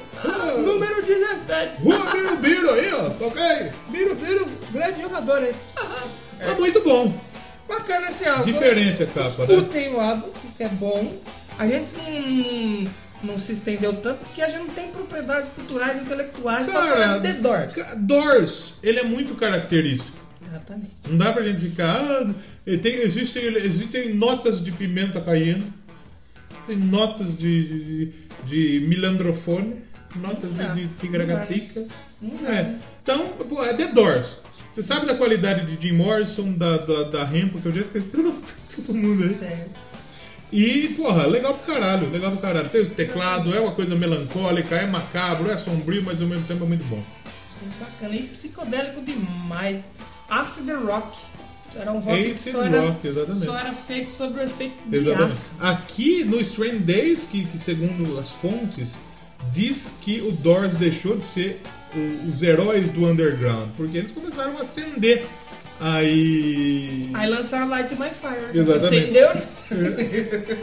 S1: número 17.
S2: Rua Biro Biro aí, ó. Toquei.
S1: Biro Biro, grande jogador aí.
S2: Tá muito bom.
S1: Bacana esse álbum.
S2: Diferente a capa, né?
S1: Escutem o álbum, que é bom. A gente não, não se estendeu tanto porque a gente não tem propriedades culturais intelectuais pra falar
S2: Cara,
S1: de The Doors.
S2: ca- Doors, ele é muito característico.
S1: Exatamente.
S2: Não dá pra gente ficar. ah, tem- existem, existem notas de pimenta caindo. tem notas de, de, de milandrofone, notas
S1: Não dá.
S2: de, de tingragatica.
S1: Não dá.
S2: É. Então, pô, é The Doors. Você sabe da qualidade de Jim Morrison, da, da, da Rampa, que eu já esqueci o nome de todo mundo aí.
S1: É.
S2: E, porra, legal pro caralho, legal pro caralho. Tem o teclado, é uma coisa melancólica, é macabro, é sombrio, mas ao mesmo tempo é muito bom.
S1: Sim, bacana. E psicodélico demais. Acid rock. Era um rock que
S2: Acid
S1: só era,
S2: rock, exatamente.
S1: só era feito sobre o efeito de
S2: Exatamente.
S1: ácido.
S2: Aqui no Strange Days, que, que segundo as fontes, diz que o Doors deixou de ser o- os heróis do underground, porque eles começaram a acender. Aí.
S1: Aí lançaram Light My Fire.
S2: Exatamente.
S1: Entendeu? né?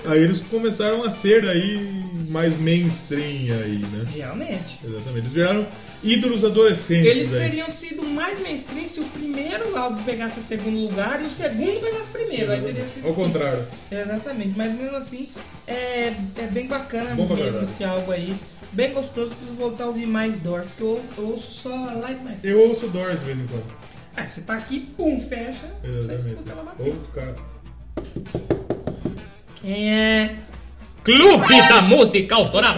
S2: Aí eles começaram a ser aí mais mainstream aí, né?
S1: Realmente.
S2: Exatamente. Eles viraram ídolos adolescentes.
S1: Eles
S2: aí.
S1: teriam sido mais mainstream se o primeiro álbum pegasse o segundo lugar e o segundo pegasse o primeiro. Aí teria sido. assim.
S2: Ao contrário.
S1: Exatamente, mas mesmo assim é, é bem bacana
S2: Bom pra
S1: mesmo
S2: caralho.
S1: esse álbum aí. Bem gostoso, preciso voltar a ouvir mais Doors, porque eu, eu ouço só Light My Fire.
S2: Eu ouço Doors de vez em quando.
S1: Ah, você tá aqui, pum, fecha, você escuta ela
S2: Exatamente.
S1: bater.
S2: Outro cara.
S1: Quem é?
S3: Clube da Música Autoral.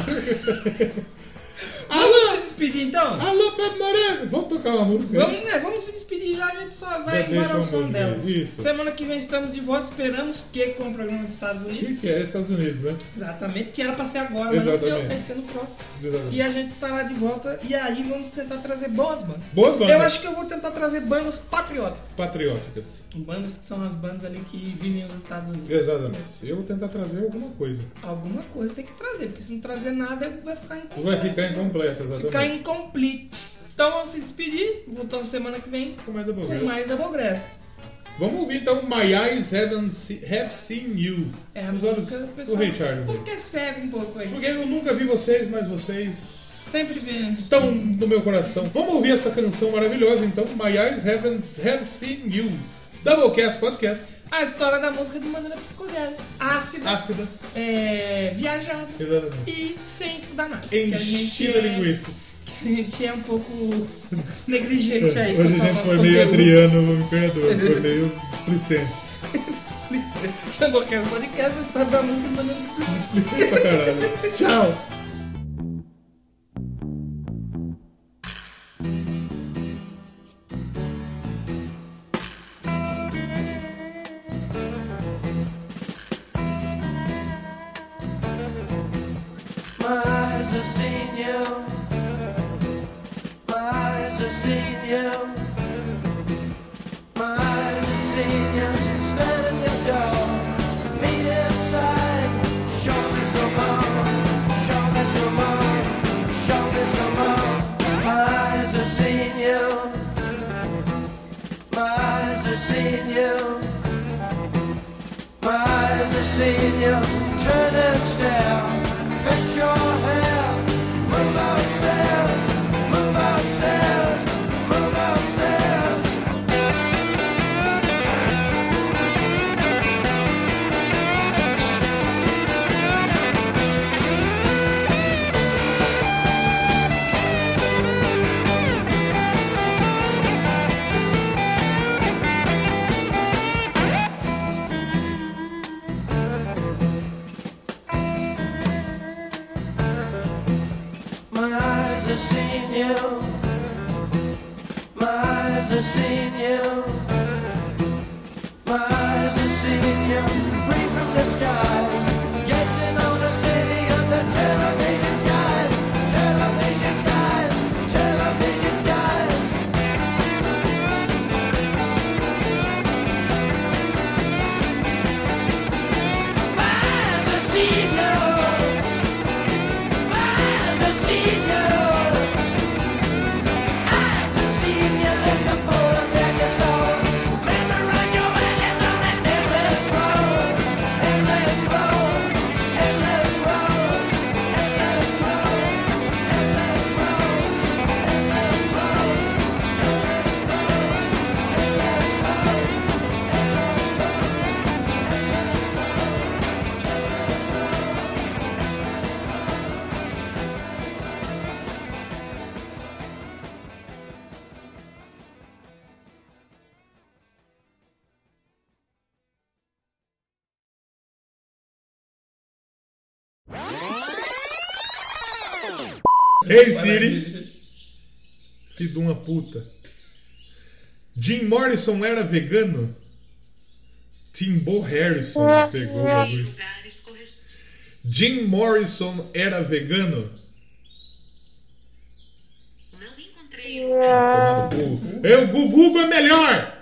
S1: Vamos se despedir então?
S2: Alô, Pedro Moreno! Vamos tocar uma música. aí?
S1: Vamos, né? Vamos se despedir já, a gente só vai embora
S2: Já deixa
S1: ao
S2: um
S1: som
S2: pouquinho.
S1: dela.
S2: Isso.
S1: Semana que vem estamos de volta, esperamos que com o programa dos Estados
S2: O que,
S1: Unidos.
S2: que é Estados Unidos, né?
S1: Exatamente, que era pra ser agora, mas não deu,
S2: Exatamente.
S1: vai ser no próximo.
S2: Exatamente.
S1: E a gente estará de volta e aí vamos tentar trazer boas bandas.
S2: Boas bandas.
S1: Eu acho que eu vou tentar trazer bandas patriotas.
S2: Patrióticas.
S1: Bandas que são as bandas ali que vivem nos Estados Unidos.
S2: Exatamente. Eu vou tentar trazer alguma coisa.
S1: Alguma coisa tem que trazer, porque se não trazer nada vai ficar incompleto.
S2: Vai ficar incompleta, exatamente.
S1: Ficar incomplete. Então vamos se despedir, voltamos semana que vem
S2: Com mais Double
S1: com
S2: Grass.
S1: mais Double Grass.
S2: Vamos ouvir então My Eyes Haven't Se- Have Seen You.
S1: É a
S2: Nos
S1: música do
S2: olhos do
S1: pessoal.
S2: Rei Charles.
S1: Porque segue um pouco aí.
S2: Porque eu nunca vi vocês, mas vocês
S1: Sempre vem.
S2: estão no meu coração. Vamos ouvir essa canção maravilhosa então. My Eyes Haven't Have Seen You. Doublecast Podcast.
S1: A história da música de maneira psicodélica. Ácida,
S2: Ácida.
S1: é, viajada
S2: Exatamente.
S1: e sem estudar nada. Porque a gente
S2: Enchida
S1: é-
S2: linguiça.
S1: A gente é um pouco negligente aí.
S2: Hoje a
S1: com
S2: gente é
S1: nosso
S2: foi meio
S1: conteúdo.
S2: Adriano Imperador, foi meio displicente.
S1: Tambocast Podcast, a história da música mandando desculpa.
S2: Displicente pra caralho. Tchau!
S6: My eyes have seen you. My eyes have seen you. My eyes have seen you. Stand in the door. Meet inside. Show me some more. Show me some more. Show me some more. My eyes have seen you. My eyes have seen you. My eyes are seeing you turn and stare. Fetch your hair, move upstairs, move upstairs, move upstairs. My eyes have seen you. My eyes have seen you. My eyes have seen you. Free from the skies. Gazing on the city under television skies. Television skies. Television skies. My eyes have seen you.
S2: Hey Siri, filho de uma puta. Jim Morrison era vegano? Timbo Harrison pegou o bagulho. Jim Morrison era vegano?
S7: Não encontrei.
S2: É o Gugu é melhor!